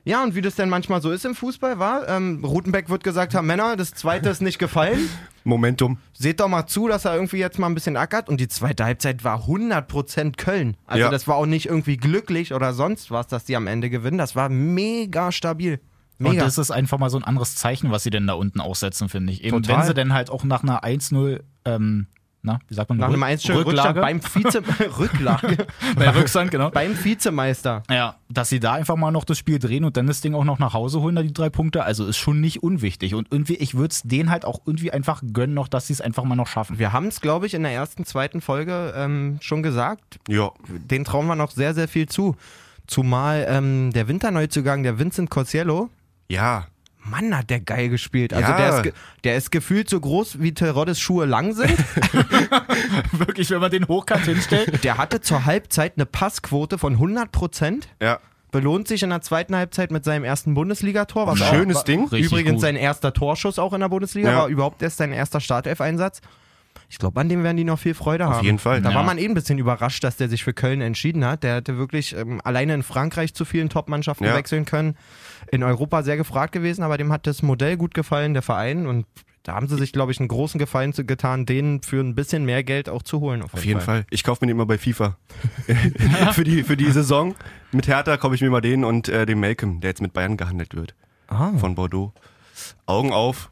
Speaker 7: Ja, und wie das denn manchmal so ist im Fußball, war, ähm, Rutenbeck wird gesagt haben, Männer, das zweite ist nicht gefallen.
Speaker 10: Momentum.
Speaker 7: Seht doch mal zu, dass er irgendwie jetzt mal ein bisschen ackert. Und die zweite Halbzeit war 100% Köln. Also
Speaker 10: Ja.
Speaker 7: das war auch nicht irgendwie glücklich oder sonst was, dass die am Ende gewinnen. Das war mega stabil.
Speaker 8: Und
Speaker 7: Mega.
Speaker 8: das ist einfach mal so ein anderes Zeichen, was sie denn da unten aussetzen, finde ich. Eben,
Speaker 7: Total.
Speaker 8: wenn sie denn halt auch nach einer 1-0, ähm, na, wie sagt man,
Speaker 7: Nach einem
Speaker 8: Rück-
Speaker 7: 1 Rückstand beim Vize Rücklage.
Speaker 8: bei Rückstand, genau.
Speaker 7: beim Vizemeister.
Speaker 8: Ja, dass sie da einfach mal noch das Spiel drehen und dann das Ding auch noch nach Hause holen, da die drei Punkte, also ist schon nicht unwichtig. Und irgendwie, ich würde es denen halt auch irgendwie einfach gönnen noch, dass sie es einfach mal noch schaffen.
Speaker 7: Wir haben es, glaube ich, in der ersten, zweiten Folge ähm, schon gesagt.
Speaker 10: Ja.
Speaker 7: Den trauen wir noch sehr, sehr viel zu. Zumal ähm, der Winterneuzugang, der Vincent Corsiello,
Speaker 10: Ja.
Speaker 7: Mann, hat der geil gespielt. Also
Speaker 10: Ja.
Speaker 7: der, ist ge- der ist gefühlt so groß, wie Teroddes Schuhe lang sind.
Speaker 8: Wirklich, wenn man den hochkant hinstellt.
Speaker 7: Der hatte zur Halbzeit eine Passquote von 100 Prozent.
Speaker 10: Ja.
Speaker 7: Belohnt sich in der zweiten Halbzeit mit seinem ersten Bundesligator. was
Speaker 10: Ein
Speaker 7: auch-
Speaker 10: schönes
Speaker 7: war-
Speaker 10: Ding.
Speaker 8: Richtig
Speaker 7: Übrigens
Speaker 8: gut.
Speaker 7: sein erster Torschuss auch in der Bundesliga,
Speaker 10: Ja.
Speaker 7: war überhaupt erst sein erster Startelf-Einsatz. Ich glaube, an dem werden die noch viel Freude haben.
Speaker 10: jeden Fall.
Speaker 7: Da
Speaker 8: Ja.
Speaker 7: war man eh ein bisschen überrascht, dass der sich für Köln entschieden hat. Der hätte wirklich ähm, alleine in Frankreich zu vielen Top-Mannschaften
Speaker 10: Ja.
Speaker 7: wechseln können. In Europa sehr gefragt gewesen, aber dem hat das Modell gut gefallen, der Verein. Und da haben sie sich, glaube ich, einen großen Gefallen zu- getan, den für ein bisschen mehr Geld auch zu holen.
Speaker 10: Auf jeden Fall. Ich kaufe mir den immer bei FIFA. für, die, für die Saison. Mit Hertha kaufe ich mir mal den und äh, den Malcolm, der jetzt mit Bayern gehandelt wird.
Speaker 7: Ah.
Speaker 10: Von Bordeaux. Augen auf.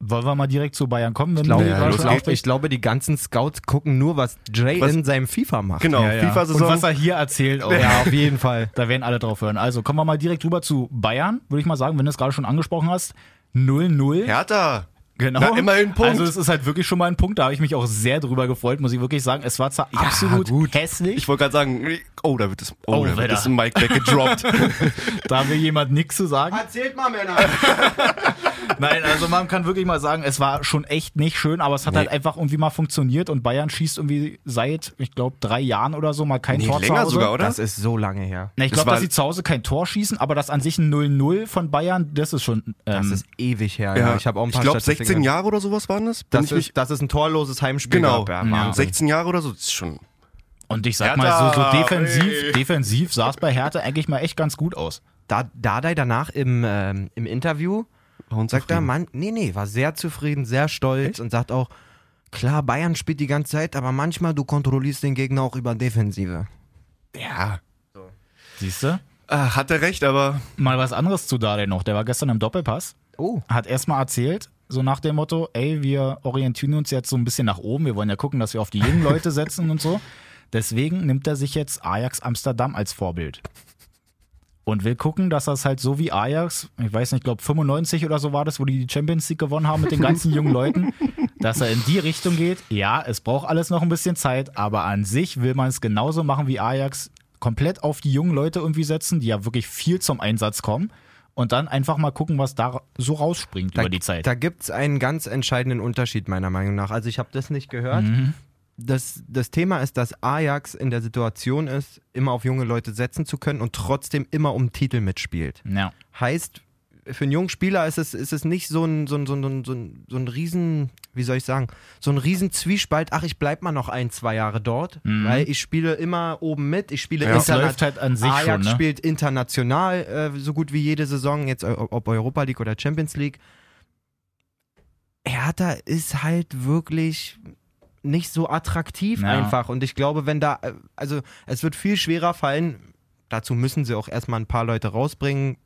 Speaker 8: Wollen wir mal direkt zu Bayern kommen? Wenn
Speaker 7: Ich glaube,
Speaker 8: du gerade
Speaker 7: ich,
Speaker 8: schon
Speaker 7: glaube,
Speaker 8: aufregst?
Speaker 7: ich glaube, die ganzen Scouts gucken nur, was Jay
Speaker 10: Was-
Speaker 7: in seinem FIFA macht.
Speaker 10: Genau,
Speaker 8: Ja, ja.
Speaker 10: FIFA-Saison.
Speaker 8: Und was er hier erzählt, auch.
Speaker 7: Ja, auf jeden Fall.
Speaker 8: Da werden alle drauf hören. Also kommen wir mal direkt rüber zu Bayern, würde ich mal sagen, wenn du es gerade schon angesprochen hast. 0-0.
Speaker 10: Hertha.
Speaker 8: Genau.
Speaker 10: Na, immerhin ein Punkt.
Speaker 8: Also es ist halt wirklich schon mal ein Punkt. Da habe ich mich auch sehr drüber gefreut, muss ich wirklich sagen. Es war zwar absolut hässlich,
Speaker 10: Ich wollte gerade sagen, oh, da wird das, oh,
Speaker 8: Oh,
Speaker 10: da wird
Speaker 8: Wetter.
Speaker 10: das Mike weggedroppt.
Speaker 8: da will jemand nichts zu sagen.
Speaker 7: Erzählt mal, Männer.
Speaker 8: Nein, also man kann wirklich mal sagen, es war schon echt nicht schön, aber es hat halt einfach irgendwie mal funktioniert und Bayern schießt irgendwie seit, ich glaube, drei Jahren oder so mal kein
Speaker 10: nee,
Speaker 8: Tor zu
Speaker 10: länger
Speaker 8: Hause.
Speaker 10: sogar, oder?
Speaker 7: Das ist so lange her.
Speaker 8: Na, ich
Speaker 10: Das
Speaker 8: glaube, dass
Speaker 10: war-
Speaker 8: sie zu Hause kein Tor schießen, aber das an sich ein 0-0 von Bayern, das ist schon. Ähm,
Speaker 7: Das ist ewig her.
Speaker 10: Ja.
Speaker 7: äh, Ja. Ich habe auch ein paar
Speaker 10: glaube,
Speaker 7: Statistiken
Speaker 10: 16
Speaker 7: gehabt.
Speaker 10: Jahre oder sowas waren das. Bin
Speaker 7: Das
Speaker 10: ich
Speaker 7: ist, das ist ein torloses Heimspiel.
Speaker 10: genau.
Speaker 7: Gab. Ja, Wahnsinn.
Speaker 10: 16 Jahre oder so. Das ist schon.
Speaker 8: und ich sag
Speaker 10: Hertha,
Speaker 8: mal, so, so defensiv,
Speaker 10: ey.
Speaker 8: defensiv sah es bei Hertha eigentlich mal echt ganz gut aus.
Speaker 7: Da, Dardai danach im, ähm, im Interview sagt er,
Speaker 10: Unzufrieden.
Speaker 7: Mann, nee, nee, war sehr zufrieden, sehr stolz und sagt auch, klar, Bayern spielt die ganze Zeit, aber manchmal du kontrollierst den Gegner auch über Defensive.
Speaker 10: Ja.
Speaker 8: Siehst du?
Speaker 10: Ah, hat er recht, aber
Speaker 8: Mal was anderes zu Dade noch. Der war gestern im Doppelpass.
Speaker 7: Oh.
Speaker 8: hat erstmal erzählt, so nach dem Motto, ey, wir orientieren uns jetzt so ein bisschen nach oben, wir wollen ja gucken, dass wir auf die jungen Leute setzen und so. Deswegen nimmt er sich jetzt Ajax Amsterdam als Vorbild. Und will gucken, dass das halt so wie Ajax, ich weiß nicht, ich glaube 95 oder so war das, wo die die Champions League gewonnen haben mit den ganzen jungen Leuten, dass er in die Richtung geht. Ja, es braucht alles noch ein bisschen Zeit, aber an sich will man es genauso machen wie Ajax, komplett auf die jungen Leute irgendwie setzen, die ja wirklich viel zum Einsatz kommen und dann einfach mal gucken, was da so rausspringt über die Zeit.
Speaker 7: Da gibt es einen ganz entscheidenden Unterschied, meiner Meinung nach. Also, ich habe das nicht gehört.
Speaker 8: Mhm.
Speaker 7: Das, das Thema ist, dass Ajax in der Situation ist, immer auf junge Leute setzen zu können und trotzdem immer um Titel mitspielt.
Speaker 8: Ja.
Speaker 7: Heißt, für einen jungen Spieler ist es, ist es nicht so ein, so, ein, so, ein, so, ein, so ein riesen, wie soll ich sagen, so ein riesen Zwiespalt, ach, ich bleib mal noch ein, zwei Jahre dort,
Speaker 8: Mhm.
Speaker 7: weil ich spiele immer oben mit, ich spiele
Speaker 8: Ja. Es
Speaker 7: interna-
Speaker 8: läuft halt an sich
Speaker 7: Ajax
Speaker 8: schon, ne?
Speaker 7: spielt international äh, so gut wie jede Saison, jetzt eu- ob Europa League oder Champions League. Hertha ist halt wirklich nicht so attraktiv
Speaker 8: Ja.
Speaker 7: einfach. Und ich glaube, wenn da, äh, also es wird viel schwerer fallen, dazu müssen sie auch erstmal ein paar Leute rausbringen.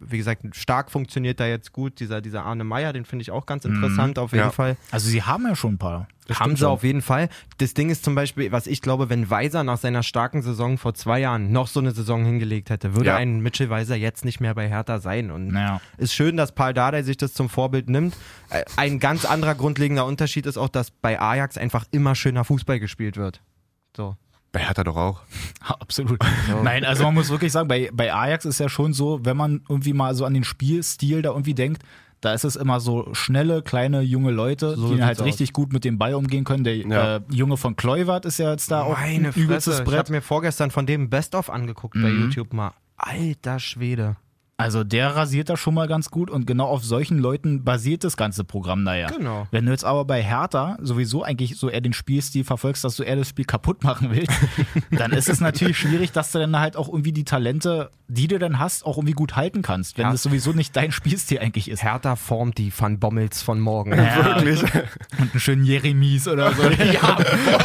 Speaker 7: Wie gesagt, stark funktioniert da jetzt gut. Dieser, dieser Arne Meyer, den finde ich auch ganz interessant auf jeden Fall.
Speaker 8: Also sie haben ja schon ein paar. Das
Speaker 7: Mhm. Haben
Speaker 8: stimmt
Speaker 7: sie
Speaker 8: schon.
Speaker 7: auf jeden Fall. Das Ding ist zum Beispiel, was ich glaube, wenn Weiser nach seiner starken Saison vor zwei Jahren noch so eine Saison hingelegt hätte, würde
Speaker 8: Ja.
Speaker 7: ein Mitchell Weiser jetzt nicht mehr bei Hertha sein. Und
Speaker 8: Ja.
Speaker 7: ist schön, dass Paul Dardai sich das zum Vorbild nimmt. Äh, Ein ganz anderer grundlegender Unterschied ist auch, dass bei Ajax einfach immer schöner Fußball gespielt wird. So.
Speaker 10: Bei Hertha doch auch.
Speaker 8: Absolut. Nein, also man muss wirklich sagen, bei, bei Ajax ist ja schon so, wenn man irgendwie mal so an den Spielstil da irgendwie denkt, da ist es immer so schnelle, kleine, junge Leute,
Speaker 7: So
Speaker 8: die
Speaker 7: sieht's
Speaker 8: halt
Speaker 7: aus.
Speaker 8: richtig gut mit dem Ball umgehen können. Der
Speaker 7: Ja.
Speaker 8: äh, Junge von Kleuwert ist ja jetzt da auch
Speaker 7: Meine
Speaker 8: ein übelstes
Speaker 7: Fresse. Ich
Speaker 8: Brett.
Speaker 7: habe mir vorgestern von dem Best-of angeguckt bei
Speaker 8: Mhm.
Speaker 7: YouTube mal. Alter Schwede.
Speaker 8: Also der rasiert da schon mal ganz gut und genau auf solchen Leuten basiert das ganze Programm da ja.
Speaker 7: Genau.
Speaker 8: Wenn du jetzt aber bei Hertha sowieso eigentlich so eher den Spielstil verfolgst, dass du eher das Spiel kaputt machen willst, dann ist es natürlich schwierig, dass du dann halt auch irgendwie die Talente, die du dann hast, auch irgendwie gut halten kannst, wenn
Speaker 7: Ja.
Speaker 8: das sowieso nicht dein Spielstil eigentlich ist.
Speaker 7: Hertha formt die Van Bommels von morgen.
Speaker 8: Ja. Und einen schönen Jeremies oder so. ja, genau.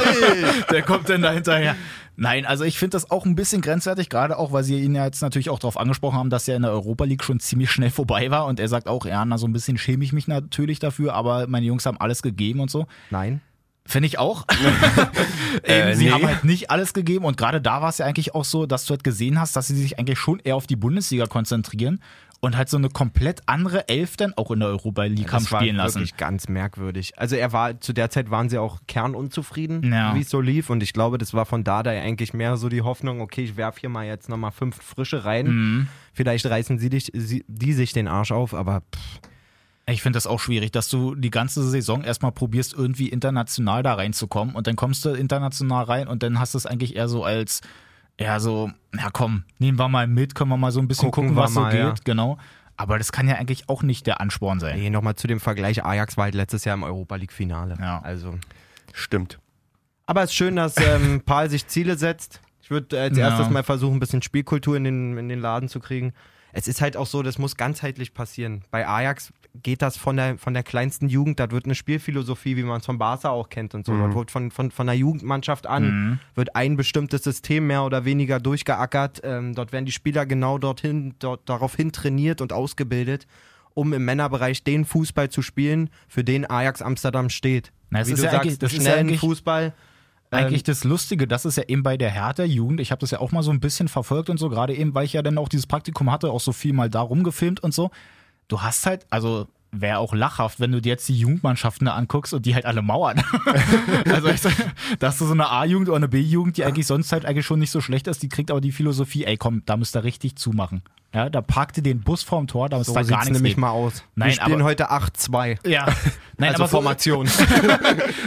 Speaker 8: Der kommt dann da hinterher. Nein, also ich finde das auch ein bisschen grenzwertig, gerade auch, weil sie ihn ja jetzt natürlich auch darauf angesprochen haben, dass er in der Europa League schon ziemlich schnell vorbei war. Und er sagt auch, ja, na, so ein bisschen schäme ich mich natürlich dafür, aber meine Jungs haben alles gegeben und so.
Speaker 7: Nein.
Speaker 8: Finde ich auch. Eben,
Speaker 7: Äh,
Speaker 8: sie
Speaker 7: nee.
Speaker 8: haben halt nicht alles gegeben und gerade da war es ja eigentlich auch so, dass du halt gesehen hast, dass sie sich eigentlich schon eher auf die Bundesliga konzentrieren und halt so eine komplett andere Elf dann auch in der Europa League haben
Speaker 7: das war
Speaker 8: spielen lassen.
Speaker 7: wirklich ganz merkwürdig. Also er war, zu der Zeit waren sie auch kernunzufrieden,
Speaker 8: Ja.
Speaker 7: wie es so lief. Und ich glaube, das war von Dardai eigentlich mehr so die Hoffnung, okay, ich werf hier mal jetzt nochmal fünf frische rein.
Speaker 8: Mhm.
Speaker 7: Vielleicht reißen sie dich, sie, die sich den Arsch auf, aber pff,
Speaker 8: Ich finde das auch schwierig, dass du die ganze Saison erstmal probierst, irgendwie international da reinzukommen und dann kommst du international rein und dann hast du es eigentlich eher so als, ja, so, na komm, nehmen wir mal mit, können wir mal so ein bisschen gucken,
Speaker 7: Gucken wir
Speaker 8: was so
Speaker 7: mal,
Speaker 8: geht,
Speaker 7: ja.
Speaker 8: genau. Aber das kann ja eigentlich auch nicht der Ansporn sein.
Speaker 7: nee, nochmal zu dem Vergleich, Ajax war halt letztes Jahr im Europa League-Finale. Also.
Speaker 10: Stimmt.
Speaker 7: Aber es ist schön, dass ähm, Paul sich Ziele setzt. Ich würde als
Speaker 8: Ja.
Speaker 7: erstes mal versuchen, ein bisschen Spielkultur in den, in den Laden zu kriegen. Es ist halt auch so, das muss ganzheitlich passieren. Bei Ajax geht das von der, von der kleinsten Jugend, das wird eine Spielphilosophie, wie man es von Barca auch kennt und so.
Speaker 8: Mhm.
Speaker 7: Dort wird von, von, von der Jugendmannschaft an,
Speaker 8: Mhm.
Speaker 7: wird ein bestimmtes System mehr oder weniger durchgeackert. Ähm, dort werden die Spieler genau dorthin, dort, daraufhin trainiert und ausgebildet, um im Männerbereich den Fußball zu spielen, für den Ajax Amsterdam steht.
Speaker 8: Na, es
Speaker 7: Wie
Speaker 8: ist
Speaker 7: du
Speaker 8: ja eigentlich-
Speaker 7: sagst,
Speaker 8: das ist ja
Speaker 7: schnellen
Speaker 8: eigentlich-
Speaker 7: Fußball. Ähm,
Speaker 8: Eigentlich das Lustige, das ist ja eben bei der Hertha-Jugend, ich habe das ja auch mal so ein bisschen verfolgt und so, gerade eben, weil ich ja dann auch dieses Praktikum hatte, auch so viel mal da rumgefilmt und so. Du hast halt, also wäre auch lachhaft, wenn du dir jetzt die Jugendmannschaften da anguckst und die halt alle mauern. also ich sag, da hast du so eine A-Jugend oder eine B-Jugend, die eigentlich sonst halt eigentlich schon nicht so schlecht ist, die kriegt aber die Philosophie, ey komm, da müsst ihr richtig zumachen. Ja, da parkte den Bus vorm Tor, da müsst
Speaker 7: Also So
Speaker 8: ihr gar
Speaker 7: sieht's
Speaker 8: nichts
Speaker 7: nämlich
Speaker 8: geben.
Speaker 7: mal aus.
Speaker 8: Nein,
Speaker 7: Wir spielen
Speaker 8: aber-
Speaker 7: heute 8-2.
Speaker 8: Ja. Nein,
Speaker 7: also
Speaker 8: aber so-
Speaker 7: Formation.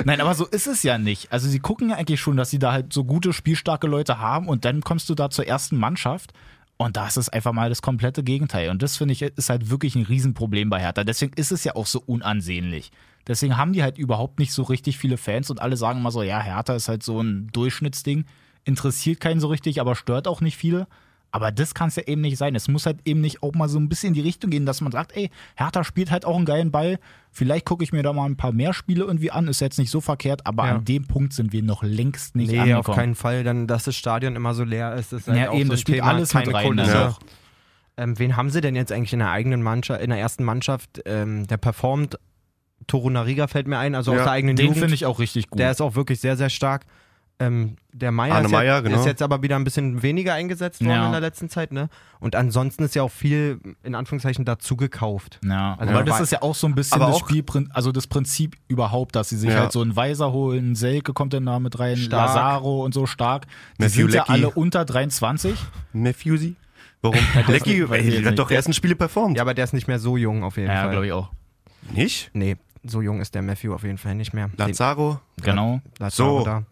Speaker 8: Nein, aber so ist es ja nicht. Also sie gucken ja eigentlich schon, dass sie da halt so gute, spielstarke Leute haben und dann kommst du da zur ersten Mannschaft und da ist es einfach mal das komplette Gegenteil. Und das finde ich ist halt wirklich ein Riesenproblem bei Hertha. Deswegen ist es ja auch so unansehnlich. Deswegen haben die halt überhaupt nicht so richtig viele Fans und alle sagen immer so, ja, Hertha ist halt so ein Durchschnittsding, interessiert keinen so richtig, aber stört auch nicht viele. Aber das kann es ja eben nicht sein. Es muss halt eben nicht auch mal so ein bisschen in die Richtung gehen, dass man sagt, ey, Hertha spielt halt auch einen geilen Ball. Vielleicht gucke ich mir da mal ein paar mehr Spiele irgendwie an. Ist jetzt nicht so verkehrt, aber
Speaker 7: Ja.
Speaker 8: an dem Punkt sind wir noch längst nicht
Speaker 7: nee,
Speaker 8: angekommen.
Speaker 7: auf keinen Fall. Dann, dass das Stadion immer so leer ist, ist halt
Speaker 8: Ja,
Speaker 7: auch
Speaker 8: eben,
Speaker 7: so ein
Speaker 8: das spielt
Speaker 7: Thema.
Speaker 8: alles mit
Speaker 7: Keine
Speaker 8: rein, ne?
Speaker 7: Kulisse.
Speaker 8: ja.
Speaker 7: Ähm, wen haben sie denn jetzt eigentlich in der eigenen Mannschaft, in der ersten Mannschaft, ähm, der performt? Torunariga fällt mir ein, also aus
Speaker 8: Ja,
Speaker 7: der eigenen
Speaker 8: den
Speaker 7: Jugend.
Speaker 8: finde ich auch richtig gut.
Speaker 7: Der ist auch wirklich sehr, sehr stark. Ähm, der Meier,
Speaker 10: Arne
Speaker 7: ist,
Speaker 10: Meier,
Speaker 7: jetzt,
Speaker 10: genau.
Speaker 7: ist jetzt aber wieder ein bisschen weniger eingesetzt worden
Speaker 8: Ja.
Speaker 7: in der letzten Zeit, ne? Und ansonsten ist ja auch viel, in Anführungszeichen, dazu gekauft.
Speaker 8: Ja,
Speaker 7: Also da
Speaker 8: aber das
Speaker 7: war-
Speaker 8: ist ja auch so ein bisschen
Speaker 7: Aber
Speaker 8: das,
Speaker 7: auch-
Speaker 8: Spielprin also das Prinzip überhaupt, dass sie sich
Speaker 7: Ja.
Speaker 8: halt so einen Weiser holen, Selke kommt dann da mit rein,
Speaker 7: Stark.
Speaker 8: Lazaro und so stark. Die
Speaker 10: Matthew
Speaker 8: sind ja
Speaker 10: Leckie.
Speaker 8: alle unter 23.
Speaker 10: Matthewsi? Warum? Lecky
Speaker 7: Weiß ich
Speaker 10: der hat
Speaker 7: nicht.
Speaker 10: doch erst ein Spiele performt.
Speaker 7: Ja, aber der ist nicht mehr so jung auf jeden
Speaker 10: Ja,
Speaker 7: Fall.
Speaker 10: glaub ich
Speaker 8: auch.
Speaker 10: Nicht?
Speaker 7: Nee, so jung ist der Matthew auf jeden Fall nicht mehr.
Speaker 10: Lazaro?
Speaker 8: Genau.
Speaker 7: Lazaro da.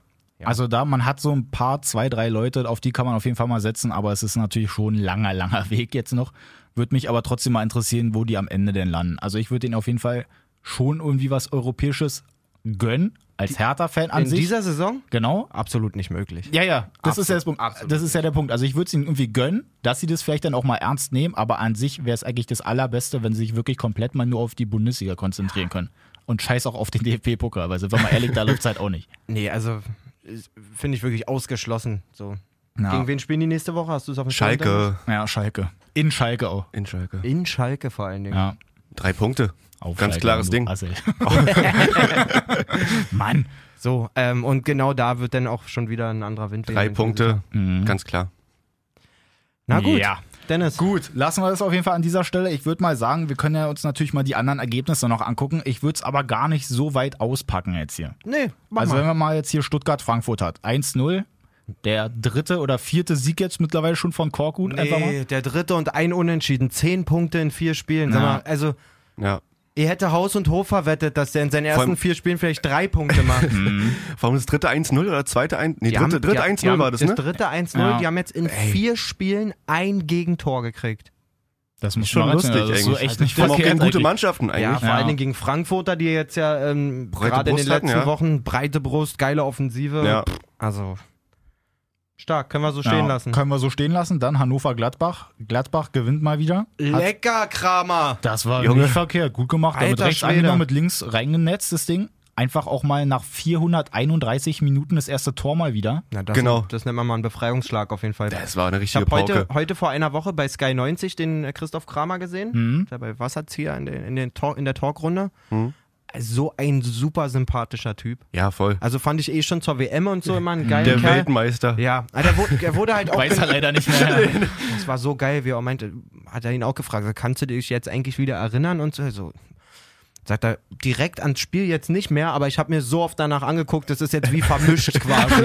Speaker 8: Also da, man hat so ein paar, zwei, drei Leute, auf die kann man auf jeden Fall mal setzen, aber es ist natürlich schon ein langer, langer Weg jetzt noch. Würde mich aber trotzdem mal interessieren, wo die am Ende denn landen. Also ich würde denen auf jeden Fall schon irgendwie was Europäisches gönnen, als Hertha-Fan an
Speaker 7: In
Speaker 8: sich.
Speaker 7: dieser Saison?
Speaker 8: Genau.
Speaker 7: Absolut nicht möglich.
Speaker 8: Ja, ja, das ist, ja das,
Speaker 7: Absolut,
Speaker 8: Punkt. das ist ja der Punkt. Also ich würde es ihnen irgendwie gönnen, dass sie das vielleicht dann auch mal ernst nehmen, aber an sich wäre es eigentlich das Allerbeste, wenn sie sich wirklich komplett mal nur auf die Bundesliga konzentrieren können. Und scheiß auch auf den DFB-Pokal, weil sind wir mal ehrlich, da läuft es halt auch nicht.
Speaker 7: Nee, also ist- finde ich wirklich ausgeschlossen. So.
Speaker 8: Ja.
Speaker 7: Gegen wen spielen die nächste Woche? Hast du es auf dem Schirm, Dennis?
Speaker 8: Ja, Schalke. In Schalke auch.
Speaker 10: In Schalke.
Speaker 7: In Schalke vor allen Dingen.
Speaker 8: Ja.
Speaker 10: Drei Punkte.
Speaker 8: Auf
Speaker 10: Ganz
Speaker 8: Schalke,
Speaker 10: klares
Speaker 8: du
Speaker 10: Ding.
Speaker 8: Assel. Mann.
Speaker 7: So, ähm, und genau da wird dann auch schon wieder ein anderer Wind. wehen
Speaker 10: Drei
Speaker 7: in
Speaker 10: Punkte,
Speaker 8: Mhm.
Speaker 10: ganz klar.
Speaker 7: Na gut.
Speaker 8: Ja.
Speaker 7: Dennis.
Speaker 8: Gut, lassen wir das auf jeden Fall an dieser Stelle. Ich würde mal sagen, wir können ja uns natürlich mal die anderen Ergebnisse noch angucken. Ich würde es aber gar nicht so weit auspacken jetzt hier.
Speaker 7: Nee, mach
Speaker 8: also
Speaker 7: mal.
Speaker 8: wenn man mal jetzt hier Stuttgart-Frankfurt hat. 1-0. Der dritte oder vierte Sieg jetzt mittlerweile schon von Korkut einfach
Speaker 7: Nee,
Speaker 8: mal.
Speaker 7: der dritte und ein Unentschieden. Zehn Punkte in vier Spielen. Sag
Speaker 8: Ja.
Speaker 7: mal, also,
Speaker 10: Ja.
Speaker 7: ihr hätte Haus und Hof verwettet, dass der in seinen ersten
Speaker 10: allem-
Speaker 7: vier Spielen vielleicht drei Punkte macht.
Speaker 10: Vor allem das dritte 1-0 oder zweite 1 Nee,
Speaker 7: Die
Speaker 10: dritte,
Speaker 7: haben- die
Speaker 10: dritte
Speaker 7: haben-
Speaker 10: 1-0 war das, ne?
Speaker 7: Das dritte 1-0. Die haben jetzt in vier Spielen ein Gegentor gekriegt.
Speaker 8: Das muss
Speaker 10: schon
Speaker 8: man
Speaker 10: lustig
Speaker 8: rechnen.
Speaker 10: eigentlich.
Speaker 8: Also, so echt
Speaker 10: Also
Speaker 8: nicht
Speaker 10: die haben auch
Speaker 8: verkehrt
Speaker 10: gegen gute
Speaker 8: eigentlich.
Speaker 10: Mannschaften eigentlich.
Speaker 7: Ja, vor
Speaker 10: Ja.
Speaker 7: allen Dingen gegen Frankfurter, die jetzt ja ähm,
Speaker 10: Breite
Speaker 7: gerade in den
Speaker 10: Brust hatten,
Speaker 7: letzten
Speaker 10: ja.
Speaker 7: Wochen breite Brust, geile Offensive.
Speaker 10: Ja.
Speaker 7: Pff, Also stark, können wir so stehen
Speaker 8: Ja,
Speaker 7: lassen.
Speaker 8: Können wir so stehen lassen. Dann Hannover-Gladbach. Gladbach gewinnt mal wieder. Hat,
Speaker 7: Lecker, Kramer!
Speaker 8: das war
Speaker 7: Junge.
Speaker 8: nicht verkehrt. Gut gemacht. Damit
Speaker 7: Alter
Speaker 8: rechts
Speaker 7: Schwede.
Speaker 8: angenommen, mit links reingenetzt, das Ding. Einfach auch mal nach 431 Minuten das erste Tor mal wieder.
Speaker 7: Na, das,
Speaker 10: Genau.
Speaker 7: Das nennt man mal einen Befreiungsschlag auf jeden Fall.
Speaker 10: Das war eine
Speaker 7: ich
Speaker 10: richtige
Speaker 7: habe heute,
Speaker 10: Pauke.
Speaker 7: heute vor einer Woche bei Sky 90 den äh, Christoph Kramer gesehen,
Speaker 10: Mhm.
Speaker 7: der bei Wasserzieher in, den, in, den Talk, in der Talkrunde.
Speaker 10: Hm?
Speaker 7: So ein super sympathischer Typ.
Speaker 10: Ja, voll.
Speaker 7: Also fand ich eh schon zur WM und so immer einen geilen
Speaker 10: Der
Speaker 7: Kerl.
Speaker 10: Weltmeister.
Speaker 7: Ja, aber der wurde, der wurde halt auch.
Speaker 8: Weiß er leider nicht mehr.
Speaker 7: Das war so geil, wie er meinte, hat er ihn auch gefragt, so, kannst du dich jetzt eigentlich wieder erinnern und so. so. Sagt er direkt ans Spiel jetzt nicht mehr, aber ich habe mir so oft danach angeguckt, das ist jetzt wie vermischt quasi.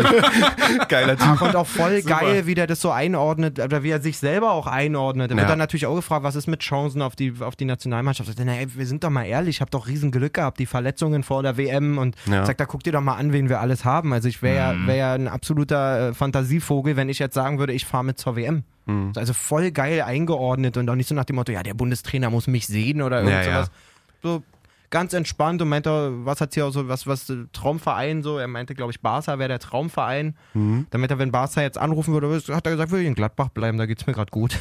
Speaker 10: Geiler Typ.
Speaker 7: Und auch voll
Speaker 10: Super.
Speaker 7: geil, wie der das so einordnet, oder wie er sich selber auch einordnet. Da
Speaker 10: Ja.
Speaker 7: wird dann natürlich auch gefragt, was ist mit Chancen auf die, auf die Nationalmannschaft? Sagt er, naja, wir sind doch mal ehrlich, ich habe doch riesen Glück gehabt, die Verletzungen vor der WM und
Speaker 10: Ja. Mhm.
Speaker 7: sagt, da guck dir doch mal an, wen wir alles haben. Also ich wäre ja, wär ja ein absoluter äh, Fantasievogel, wenn ich jetzt sagen würde, ich fahre mit zur WM.
Speaker 10: Hm.
Speaker 7: Also voll geil eingeordnet und auch nicht so nach dem Motto, ja, der Bundestrainer muss mich sehen oder
Speaker 10: Ja,
Speaker 7: irgend
Speaker 10: ja.
Speaker 7: sowas. So ganz entspannt und meinte, was hat hier auch so, was, was äh, Traumverein so, er meinte, glaube ich, Barca wäre der Traumverein.
Speaker 10: Hm.
Speaker 7: Damit er, wenn Barca jetzt anrufen würde, hat er gesagt, will ich in Gladbach bleiben, da geht's mir gerade gut.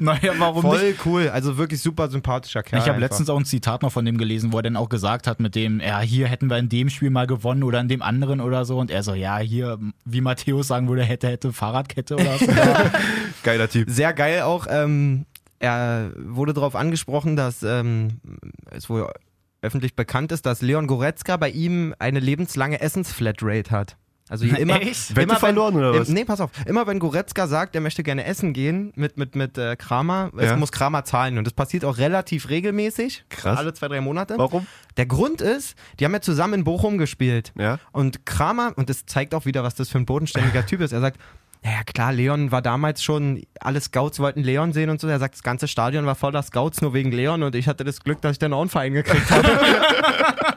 Speaker 8: Naja, warum nicht?
Speaker 7: Voll cool, also wirklich super sympathischer Kerl.
Speaker 8: ich habe
Speaker 7: einfach.
Speaker 8: letztens auch ein Zitat noch von dem gelesen, wo er dann auch gesagt hat mit dem, ja, hier hätten wir in dem Spiel mal gewonnen oder in dem anderen oder so. Und er so, ja, hier, wie Matthäus sagen würde, hätte, hätte Fahrradkette oder so.
Speaker 10: Geiler Typ.
Speaker 7: Sehr geil auch. Ähm, er wurde darauf angesprochen, dass ähm, es wohl öffentlich bekannt ist, dass Leon Goretzka bei ihm eine lebenslange Essensflatrate hat. Also je immer,
Speaker 10: Echt?
Speaker 7: immer
Speaker 10: Wette verloren oder
Speaker 7: im-
Speaker 10: was?
Speaker 7: Nee, pass auf. Immer wenn Goretzka sagt, er möchte gerne essen gehen mit, mit, mit äh, Kramer,
Speaker 10: Ja.
Speaker 7: es muss Kramer zahlen. Und das passiert auch relativ regelmäßig.
Speaker 10: Krass. Oh.
Speaker 7: Alle zwei, drei Monate.
Speaker 10: Warum?
Speaker 7: Der Grund ist, die haben ja zusammen in Bochum gespielt.
Speaker 10: Ja.
Speaker 7: Und Kramer, und das zeigt auch wieder, was das für ein bodenständiger Typ ist, er sagt, naja klar, Leon war damals schon, alle Scouts wollten Leon sehen und so. Er sagt, das ganze Stadion war voller Scouts, nur wegen Leon und ich hatte das Glück, dass ich dann auch einen Verein gekriegt habe.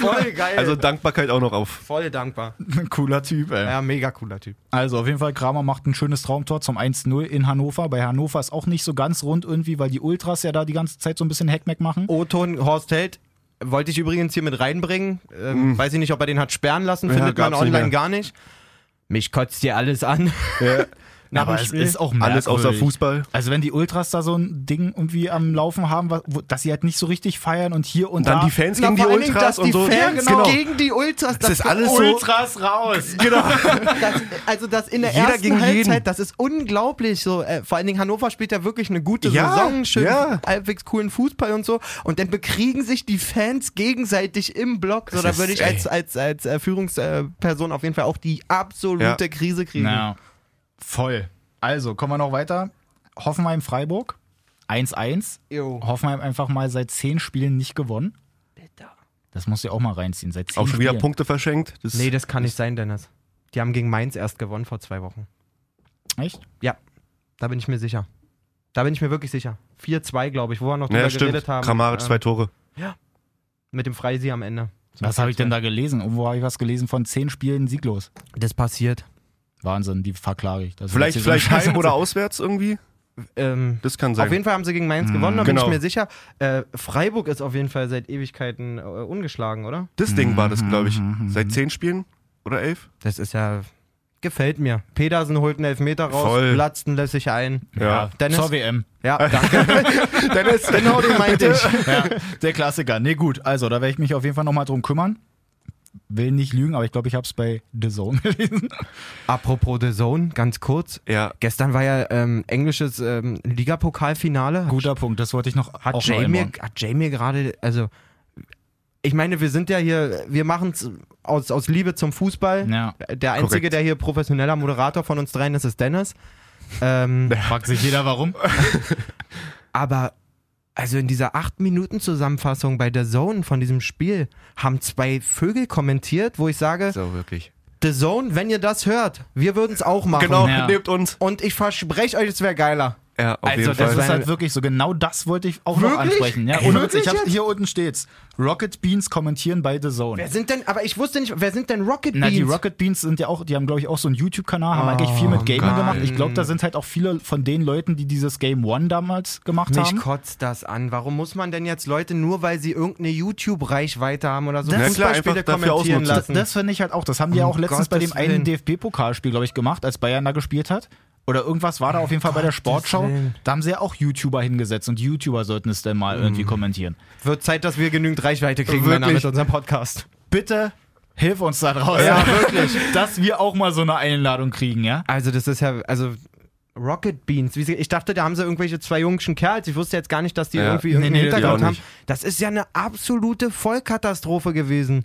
Speaker 7: Voll geil.
Speaker 10: Also Dankbarkeit auch noch auf.
Speaker 7: Voll dankbar.
Speaker 8: Cooler Typ, ey.
Speaker 7: Ja, mega cooler Typ.
Speaker 8: Also auf jeden Fall, Kramer macht ein schönes Traumtor zum 1-0 in Hannover. Bei Hannover ist auch nicht so ganz rund irgendwie, weil die Ultras ja da die ganze Zeit so ein bisschen Heckmeck machen.
Speaker 7: Oton Horst Held wollte ich übrigens hier mit reinbringen. Ähm, Weiß ich nicht, ob er den hat sperren lassen,
Speaker 10: Ja,
Speaker 7: findet man
Speaker 10: gab's nicht
Speaker 7: online
Speaker 10: mehr.
Speaker 7: gar nicht. Mich kotzt dir alles an. Nach
Speaker 8: Aber
Speaker 7: dem
Speaker 8: es
Speaker 7: Spiel.
Speaker 8: ist auch
Speaker 10: Alles außer
Speaker 8: merkwürdig.
Speaker 10: Fußball.
Speaker 8: Also wenn die Ultras da so ein Ding irgendwie am Laufen haben, was- wo, dass sie halt nicht so richtig feiern und hier und
Speaker 10: Dann
Speaker 8: da.
Speaker 10: die Fans
Speaker 7: Na,
Speaker 10: gegen die
Speaker 7: vor allen Dingen,
Speaker 10: Ultras
Speaker 7: dass die
Speaker 10: und so.
Speaker 7: Fans
Speaker 10: genau.
Speaker 7: gegen die Ultras.
Speaker 10: Das ist alles so.
Speaker 8: Ultras raus!
Speaker 10: Genau.
Speaker 7: Das, also das in der
Speaker 10: Jeder gegen
Speaker 7: ersten
Speaker 10: jeden.
Speaker 7: Halbzeit, das ist unglaublich. So, äh, vor allen Dingen Hannover spielt ja wirklich eine gute
Speaker 10: Ja,
Speaker 7: Saison, schön
Speaker 10: ja.
Speaker 7: halbwegs coolen Fußball und so. Und dann bekriegen sich die Fans gegenseitig im Block. So,
Speaker 10: Das
Speaker 7: da
Speaker 10: ist-
Speaker 7: würde ich
Speaker 10: ey.
Speaker 7: als, als, als äh, Führungsperson auf jeden Fall auch die absolute
Speaker 10: Ja.
Speaker 7: Krise kriegen.
Speaker 8: Na, voll. Also, kommen wir noch weiter. Hoffenheim Freiburg 1-1.
Speaker 7: Jo.
Speaker 8: Hoffenheim einfach mal seit zehn Spielen nicht gewonnen. Das musst du ja auch mal reinziehen. Seit zehn
Speaker 10: Auch schon wieder
Speaker 8: Spielen.
Speaker 10: Punkte verschenkt. Das
Speaker 7: Nee, das kann nicht sein, Dennis. Die haben gegen Mainz erst gewonnen vor zwei Wochen.
Speaker 8: Echt?
Speaker 7: Ja. Da bin ich mir sicher. Da bin ich mir wirklich sicher. 4-2, glaube ich, wo wir noch drüber
Speaker 10: Ja, stimmt.
Speaker 7: geredet haben.
Speaker 10: Kramaric
Speaker 7: Ähm,
Speaker 10: zwei Tore.
Speaker 7: Mit dem Freisieg am Ende.
Speaker 8: Was habe ich denn da gelesen? Wo habe ich was gelesen von zehn Spielen sieglos?
Speaker 7: Das passiert.
Speaker 8: Wahnsinn, die verklage ich. Das ist
Speaker 10: Vielleicht,
Speaker 8: jetzt hier so
Speaker 10: vielleicht
Speaker 8: eine Scheiße.
Speaker 10: heim oder auswärts irgendwie? das kann sein.
Speaker 7: Ähm, Auf jeden Fall haben sie gegen Mainz
Speaker 10: Hm,
Speaker 7: gewonnen, da
Speaker 10: genau.
Speaker 7: bin ich mir sicher. Äh, Freiburg ist auf jeden Fall seit Ewigkeiten äh, ungeschlagen, oder?
Speaker 10: Das Ding war das, glaube ich. Seit zehn Spielen oder elf?
Speaker 7: Das ist ja. Gefällt mir. Pedersen holt einen Elfmeter raus,
Speaker 10: Voll.
Speaker 7: Platzen lässt sich ein.
Speaker 8: Ja,
Speaker 7: Dennis,
Speaker 8: zur WM.
Speaker 7: Ja, danke.
Speaker 10: Dennis,
Speaker 7: genau den meinte ich.
Speaker 8: ja, der Klassiker. Nee, gut, also da werde ich mich auf jeden Fall nochmal drum kümmern. Will nicht lügen, aber ich glaube, ich habe es bei The Zone gelesen.
Speaker 7: Apropos The Zone, ganz kurz.
Speaker 10: Ja.
Speaker 7: Gestern war ja ähm, englisches ähm, Ligapokalfinale.
Speaker 8: Guter Punkt, das wollte ich noch.
Speaker 7: Hat
Speaker 8: auch noch
Speaker 7: Jay mir,
Speaker 8: einbauen.
Speaker 7: hat Jay mir gerade, also ich meine, wir sind ja hier, wir machen es aus, aus Liebe zum Fußball.
Speaker 8: Ja.
Speaker 7: Der Einzige,
Speaker 8: Korrekt.
Speaker 7: der hier professioneller Moderator von uns dreien ist, ist Dennis. Ähm,
Speaker 8: Fragt sich jeder warum.
Speaker 7: aber also in dieser 8-Minuten-Zusammenfassung bei der Zone von diesem Spiel haben zwei Vögel kommentiert, wo ich sage,
Speaker 10: so wirklich.
Speaker 7: The Zone, wenn ihr das hört, wir würden es auch machen.
Speaker 10: Genau, Ja. nehmt uns.
Speaker 7: Und ich verspreche euch, es wäre geiler.
Speaker 10: Ja, auf
Speaker 8: Also,
Speaker 10: jeden
Speaker 8: das
Speaker 10: Fall.
Speaker 8: ist halt wirklich so. Genau das wollte ich auch noch
Speaker 7: Wirklich?
Speaker 8: ansprechen. Ja,
Speaker 7: Ey,
Speaker 8: ohne Witz,
Speaker 7: wirklich
Speaker 8: ich hab's,
Speaker 7: jetzt?
Speaker 8: hier unten steht's. Rocket Beans kommentieren bei The Zone.
Speaker 7: Wer sind denn, aber ich wusste nicht, wer sind denn Rocket
Speaker 8: Na,
Speaker 7: Beans?
Speaker 8: die Rocket Beans sind ja auch, die haben, glaube ich, auch so einen YouTube-Kanal, haben
Speaker 7: Oh,
Speaker 8: eigentlich viel mit Gaming
Speaker 7: Mann.
Speaker 8: gemacht. Ich glaube, da sind halt auch viele von den Leuten, die dieses Game One damals gemacht
Speaker 7: Mich
Speaker 8: haben.
Speaker 7: kotzt das an. Warum muss man denn jetzt Leute nur, weil sie irgendeine YouTube-Reichweite haben oder so,
Speaker 8: Das- Na klar,
Speaker 7: Fußballspiele
Speaker 8: einfach dafür
Speaker 7: kommentieren
Speaker 8: Das,
Speaker 7: lassen?
Speaker 8: das finde ich halt auch. Das haben die ja
Speaker 7: Um
Speaker 8: auch letztens bei dem
Speaker 7: Gottes
Speaker 8: einen
Speaker 7: Willen.
Speaker 8: DFB-Pokalspiel, glaube ich, gemacht, als Bayern da gespielt hat. Oder irgendwas war da auf jeden Fall bei der Sportschau.
Speaker 7: Willen.
Speaker 8: Da haben sie ja auch YouTuber hingesetzt und die YouTuber sollten es dann mal
Speaker 7: Mhm.
Speaker 8: irgendwie kommentieren.
Speaker 7: Wird Zeit, dass wir genügend Reichweite kriegen, Männer,
Speaker 8: Wirklich.
Speaker 7: mit unserem Podcast.
Speaker 8: Bitte hilf uns da draußen.
Speaker 7: Ja, wirklich.
Speaker 8: Dass wir auch mal so eine Einladung kriegen, ja?
Speaker 7: Also, das ist ja, also Rocket Beans. Wie sie, ich dachte, da haben sie irgendwelche zwei jungschen Kerls. Ich wusste jetzt gar nicht, dass die
Speaker 8: Ja.
Speaker 7: irgendwie
Speaker 8: Nee,
Speaker 7: irgendeinen
Speaker 8: nee, die
Speaker 7: Hintergrund
Speaker 8: auch
Speaker 7: haben.
Speaker 8: nicht.
Speaker 7: Das ist ja eine absolute Vollkatastrophe gewesen.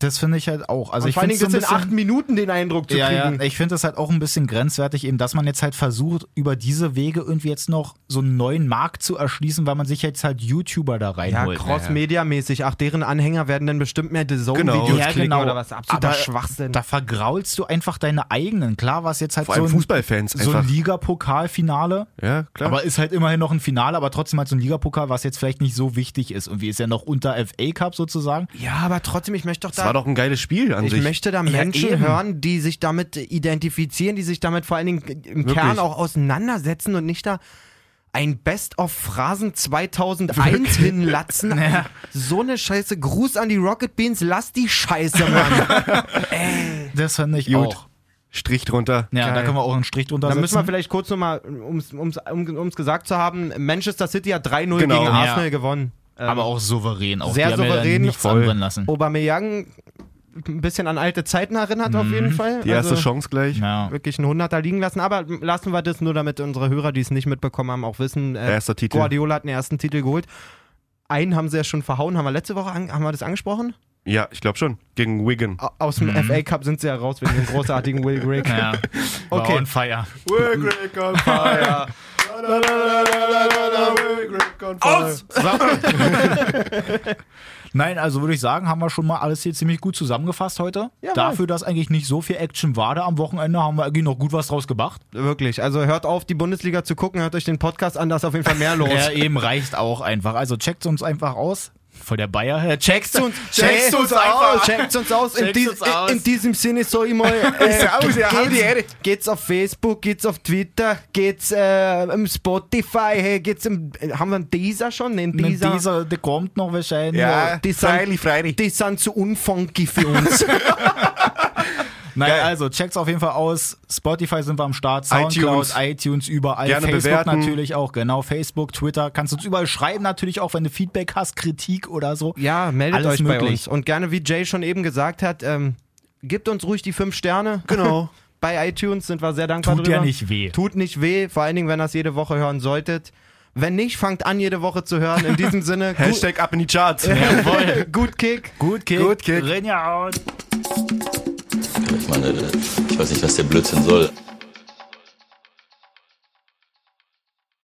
Speaker 8: Das finde ich halt auch. Also
Speaker 7: Und
Speaker 8: ich
Speaker 7: vor allen
Speaker 8: finde
Speaker 7: Dingen das
Speaker 8: so ein
Speaker 7: in
Speaker 8: bisschen-
Speaker 7: acht Minuten den Eindruck zu
Speaker 8: ja,
Speaker 7: kriegen.
Speaker 8: Ja, ich finde das halt auch ein bisschen grenzwertig, eben, dass man jetzt halt versucht, über diese Wege irgendwie jetzt noch so einen neuen Markt zu erschließen, weil man sich jetzt halt YouTuber da
Speaker 7: Ja,
Speaker 8: reinholt.
Speaker 7: cross-media-mäßig. Ach, deren Anhänger werden dann bestimmt mehr The Zone-Videos
Speaker 8: Ja,
Speaker 7: klicken
Speaker 8: genau.
Speaker 7: oder was. Absoluter
Speaker 8: Aber
Speaker 7: Schwachsinn.
Speaker 8: Da vergraulst du einfach deine eigenen. Klar war es jetzt halt
Speaker 10: Vor
Speaker 8: so
Speaker 10: allem
Speaker 8: ein,
Speaker 10: Fußballfans
Speaker 8: so ein
Speaker 10: einfach.
Speaker 8: Liga-Pokalfinale.
Speaker 10: Ja, klar.
Speaker 8: Aber ist halt immerhin noch ein Finale, aber trotzdem halt so ein Ligapokal, was jetzt vielleicht nicht so wichtig ist. Und wie ist ja noch unter FA Cup sozusagen.
Speaker 7: Ja, aber trotzdem, ich möchte doch
Speaker 10: Das war doch ein geiles Spiel an
Speaker 7: ich
Speaker 10: sich.
Speaker 7: möchte da
Speaker 10: Ja,
Speaker 7: Menschen
Speaker 10: eben.
Speaker 7: hören, die sich damit identifizieren, die sich damit vor allen Dingen im
Speaker 10: Wirklich.
Speaker 7: Kern auch auseinandersetzen und nicht da ein Best-of-Phrasen 2001 hinlatzen. So eine Scheiße. Gruß an die Rocket Beans. Lass die Scheiße, Mann.
Speaker 8: Das finde ich
Speaker 10: Gut.
Speaker 8: auch.
Speaker 10: Strich drunter.
Speaker 8: Ja, da
Speaker 7: Geil.
Speaker 8: können wir auch einen Strich drunter
Speaker 7: Da
Speaker 8: setzen.
Speaker 7: müssen wir vielleicht kurz nochmal, um's, um's, um um's gesagt zu haben, Manchester City hat 3-0
Speaker 8: Genau.
Speaker 7: gegen
Speaker 8: Ja.
Speaker 7: Arsenal gewonnen. Ähm,
Speaker 8: aber auch souverän. Auch
Speaker 7: sehr
Speaker 8: die haben ja da
Speaker 7: souverän. Oh.
Speaker 8: nichts anbrennen lassen.
Speaker 7: Aubameyang ein bisschen an alte Zeiten erinnert auf jeden Fall.
Speaker 10: Die erste
Speaker 7: Also-
Speaker 10: Chance gleich.
Speaker 8: Ja.
Speaker 7: wirklich einen Hunderter liegen lassen. Aber lassen wir das nur, damit unsere Hörer, die es nicht mitbekommen haben, auch wissen. äh,
Speaker 10: Erster Titel.
Speaker 7: Guardiola hat den ersten Titel geholt. Einen haben sie ja schon verhauen. Haben wir letzte Woche an, haben wir das angesprochen?
Speaker 10: ich glaube schon. Gegen Wigan.
Speaker 7: Au- Aus dem FA Cup sind sie ja raus wegen dem großartigen Will Grigg.
Speaker 8: Ja. War
Speaker 7: Okay.
Speaker 8: on fire.
Speaker 10: Wigan on fire.
Speaker 7: Aus!
Speaker 8: Nein, also würde ich sagen, haben wir schon mal alles hier ziemlich gut zusammengefasst heute.
Speaker 7: Jawohl.
Speaker 8: Dafür, dass eigentlich nicht so viel Action war da am Wochenende, haben wir eigentlich noch gut was draus gemacht.
Speaker 7: Wirklich. Also hört auf, die Bundesliga zu gucken. Hört euch den Podcast an, da ist auf jeden Fall mehr los.
Speaker 8: Ja, eben reicht auch einfach. Also checkt uns einfach aus. Voll der Bayer. Äh, Checkt uns,
Speaker 7: Checkt uns aus, checkt uns aus. In,
Speaker 8: Checkt
Speaker 7: dies,
Speaker 8: uns aus.
Speaker 7: In, in diesem Sinne so ich mal.
Speaker 8: Servus, ja, hau die Ehre.
Speaker 7: geht's, geht's auf Facebook, geht's auf Twitter, geht's äh, im Spotify, hey, geht's im, äh, haben wir einen Deezer schon? Nein,
Speaker 8: Mit
Speaker 7: Deezer.
Speaker 8: dieser, der kommt noch wahrscheinlich.
Speaker 7: die sind, Die sind zu unfunky für uns.
Speaker 8: Nein, also checkt's auf jeden Fall aus. Spotify sind wir am Start, Soundcloud,
Speaker 10: iTunes.
Speaker 8: iTunes, überall.
Speaker 10: Gerne
Speaker 8: Facebook
Speaker 10: bewerten.
Speaker 8: natürlich auch, genau. Facebook, Twitter, kannst uns überall schreiben natürlich auch, wenn du Feedback hast, Kritik oder so.
Speaker 7: ja, meldet
Speaker 8: Alles
Speaker 7: euch bei
Speaker 8: möglich.
Speaker 7: uns. Und gerne, wie Jay schon eben gesagt hat, ähm, gebt uns ruhig die fünf Sterne.
Speaker 10: Genau.
Speaker 7: Bei iTunes sind wir sehr dankbar
Speaker 8: Tut
Speaker 7: drüber.
Speaker 8: ja nicht weh.
Speaker 7: Tut nicht weh, vor allen Dingen, wenn ihr es jede Woche hören solltet. Wenn nicht, fangt an, jede Woche zu hören. In diesem Sinne, gu-
Speaker 10: Hashtag ab in die Charts.
Speaker 8: Jawohl.
Speaker 7: gut Kick.
Speaker 8: Gut Kick.
Speaker 10: Gut Kick.
Speaker 8: Renja out.
Speaker 14: Ich meine, ich weiß nicht, was der Blödsinn soll.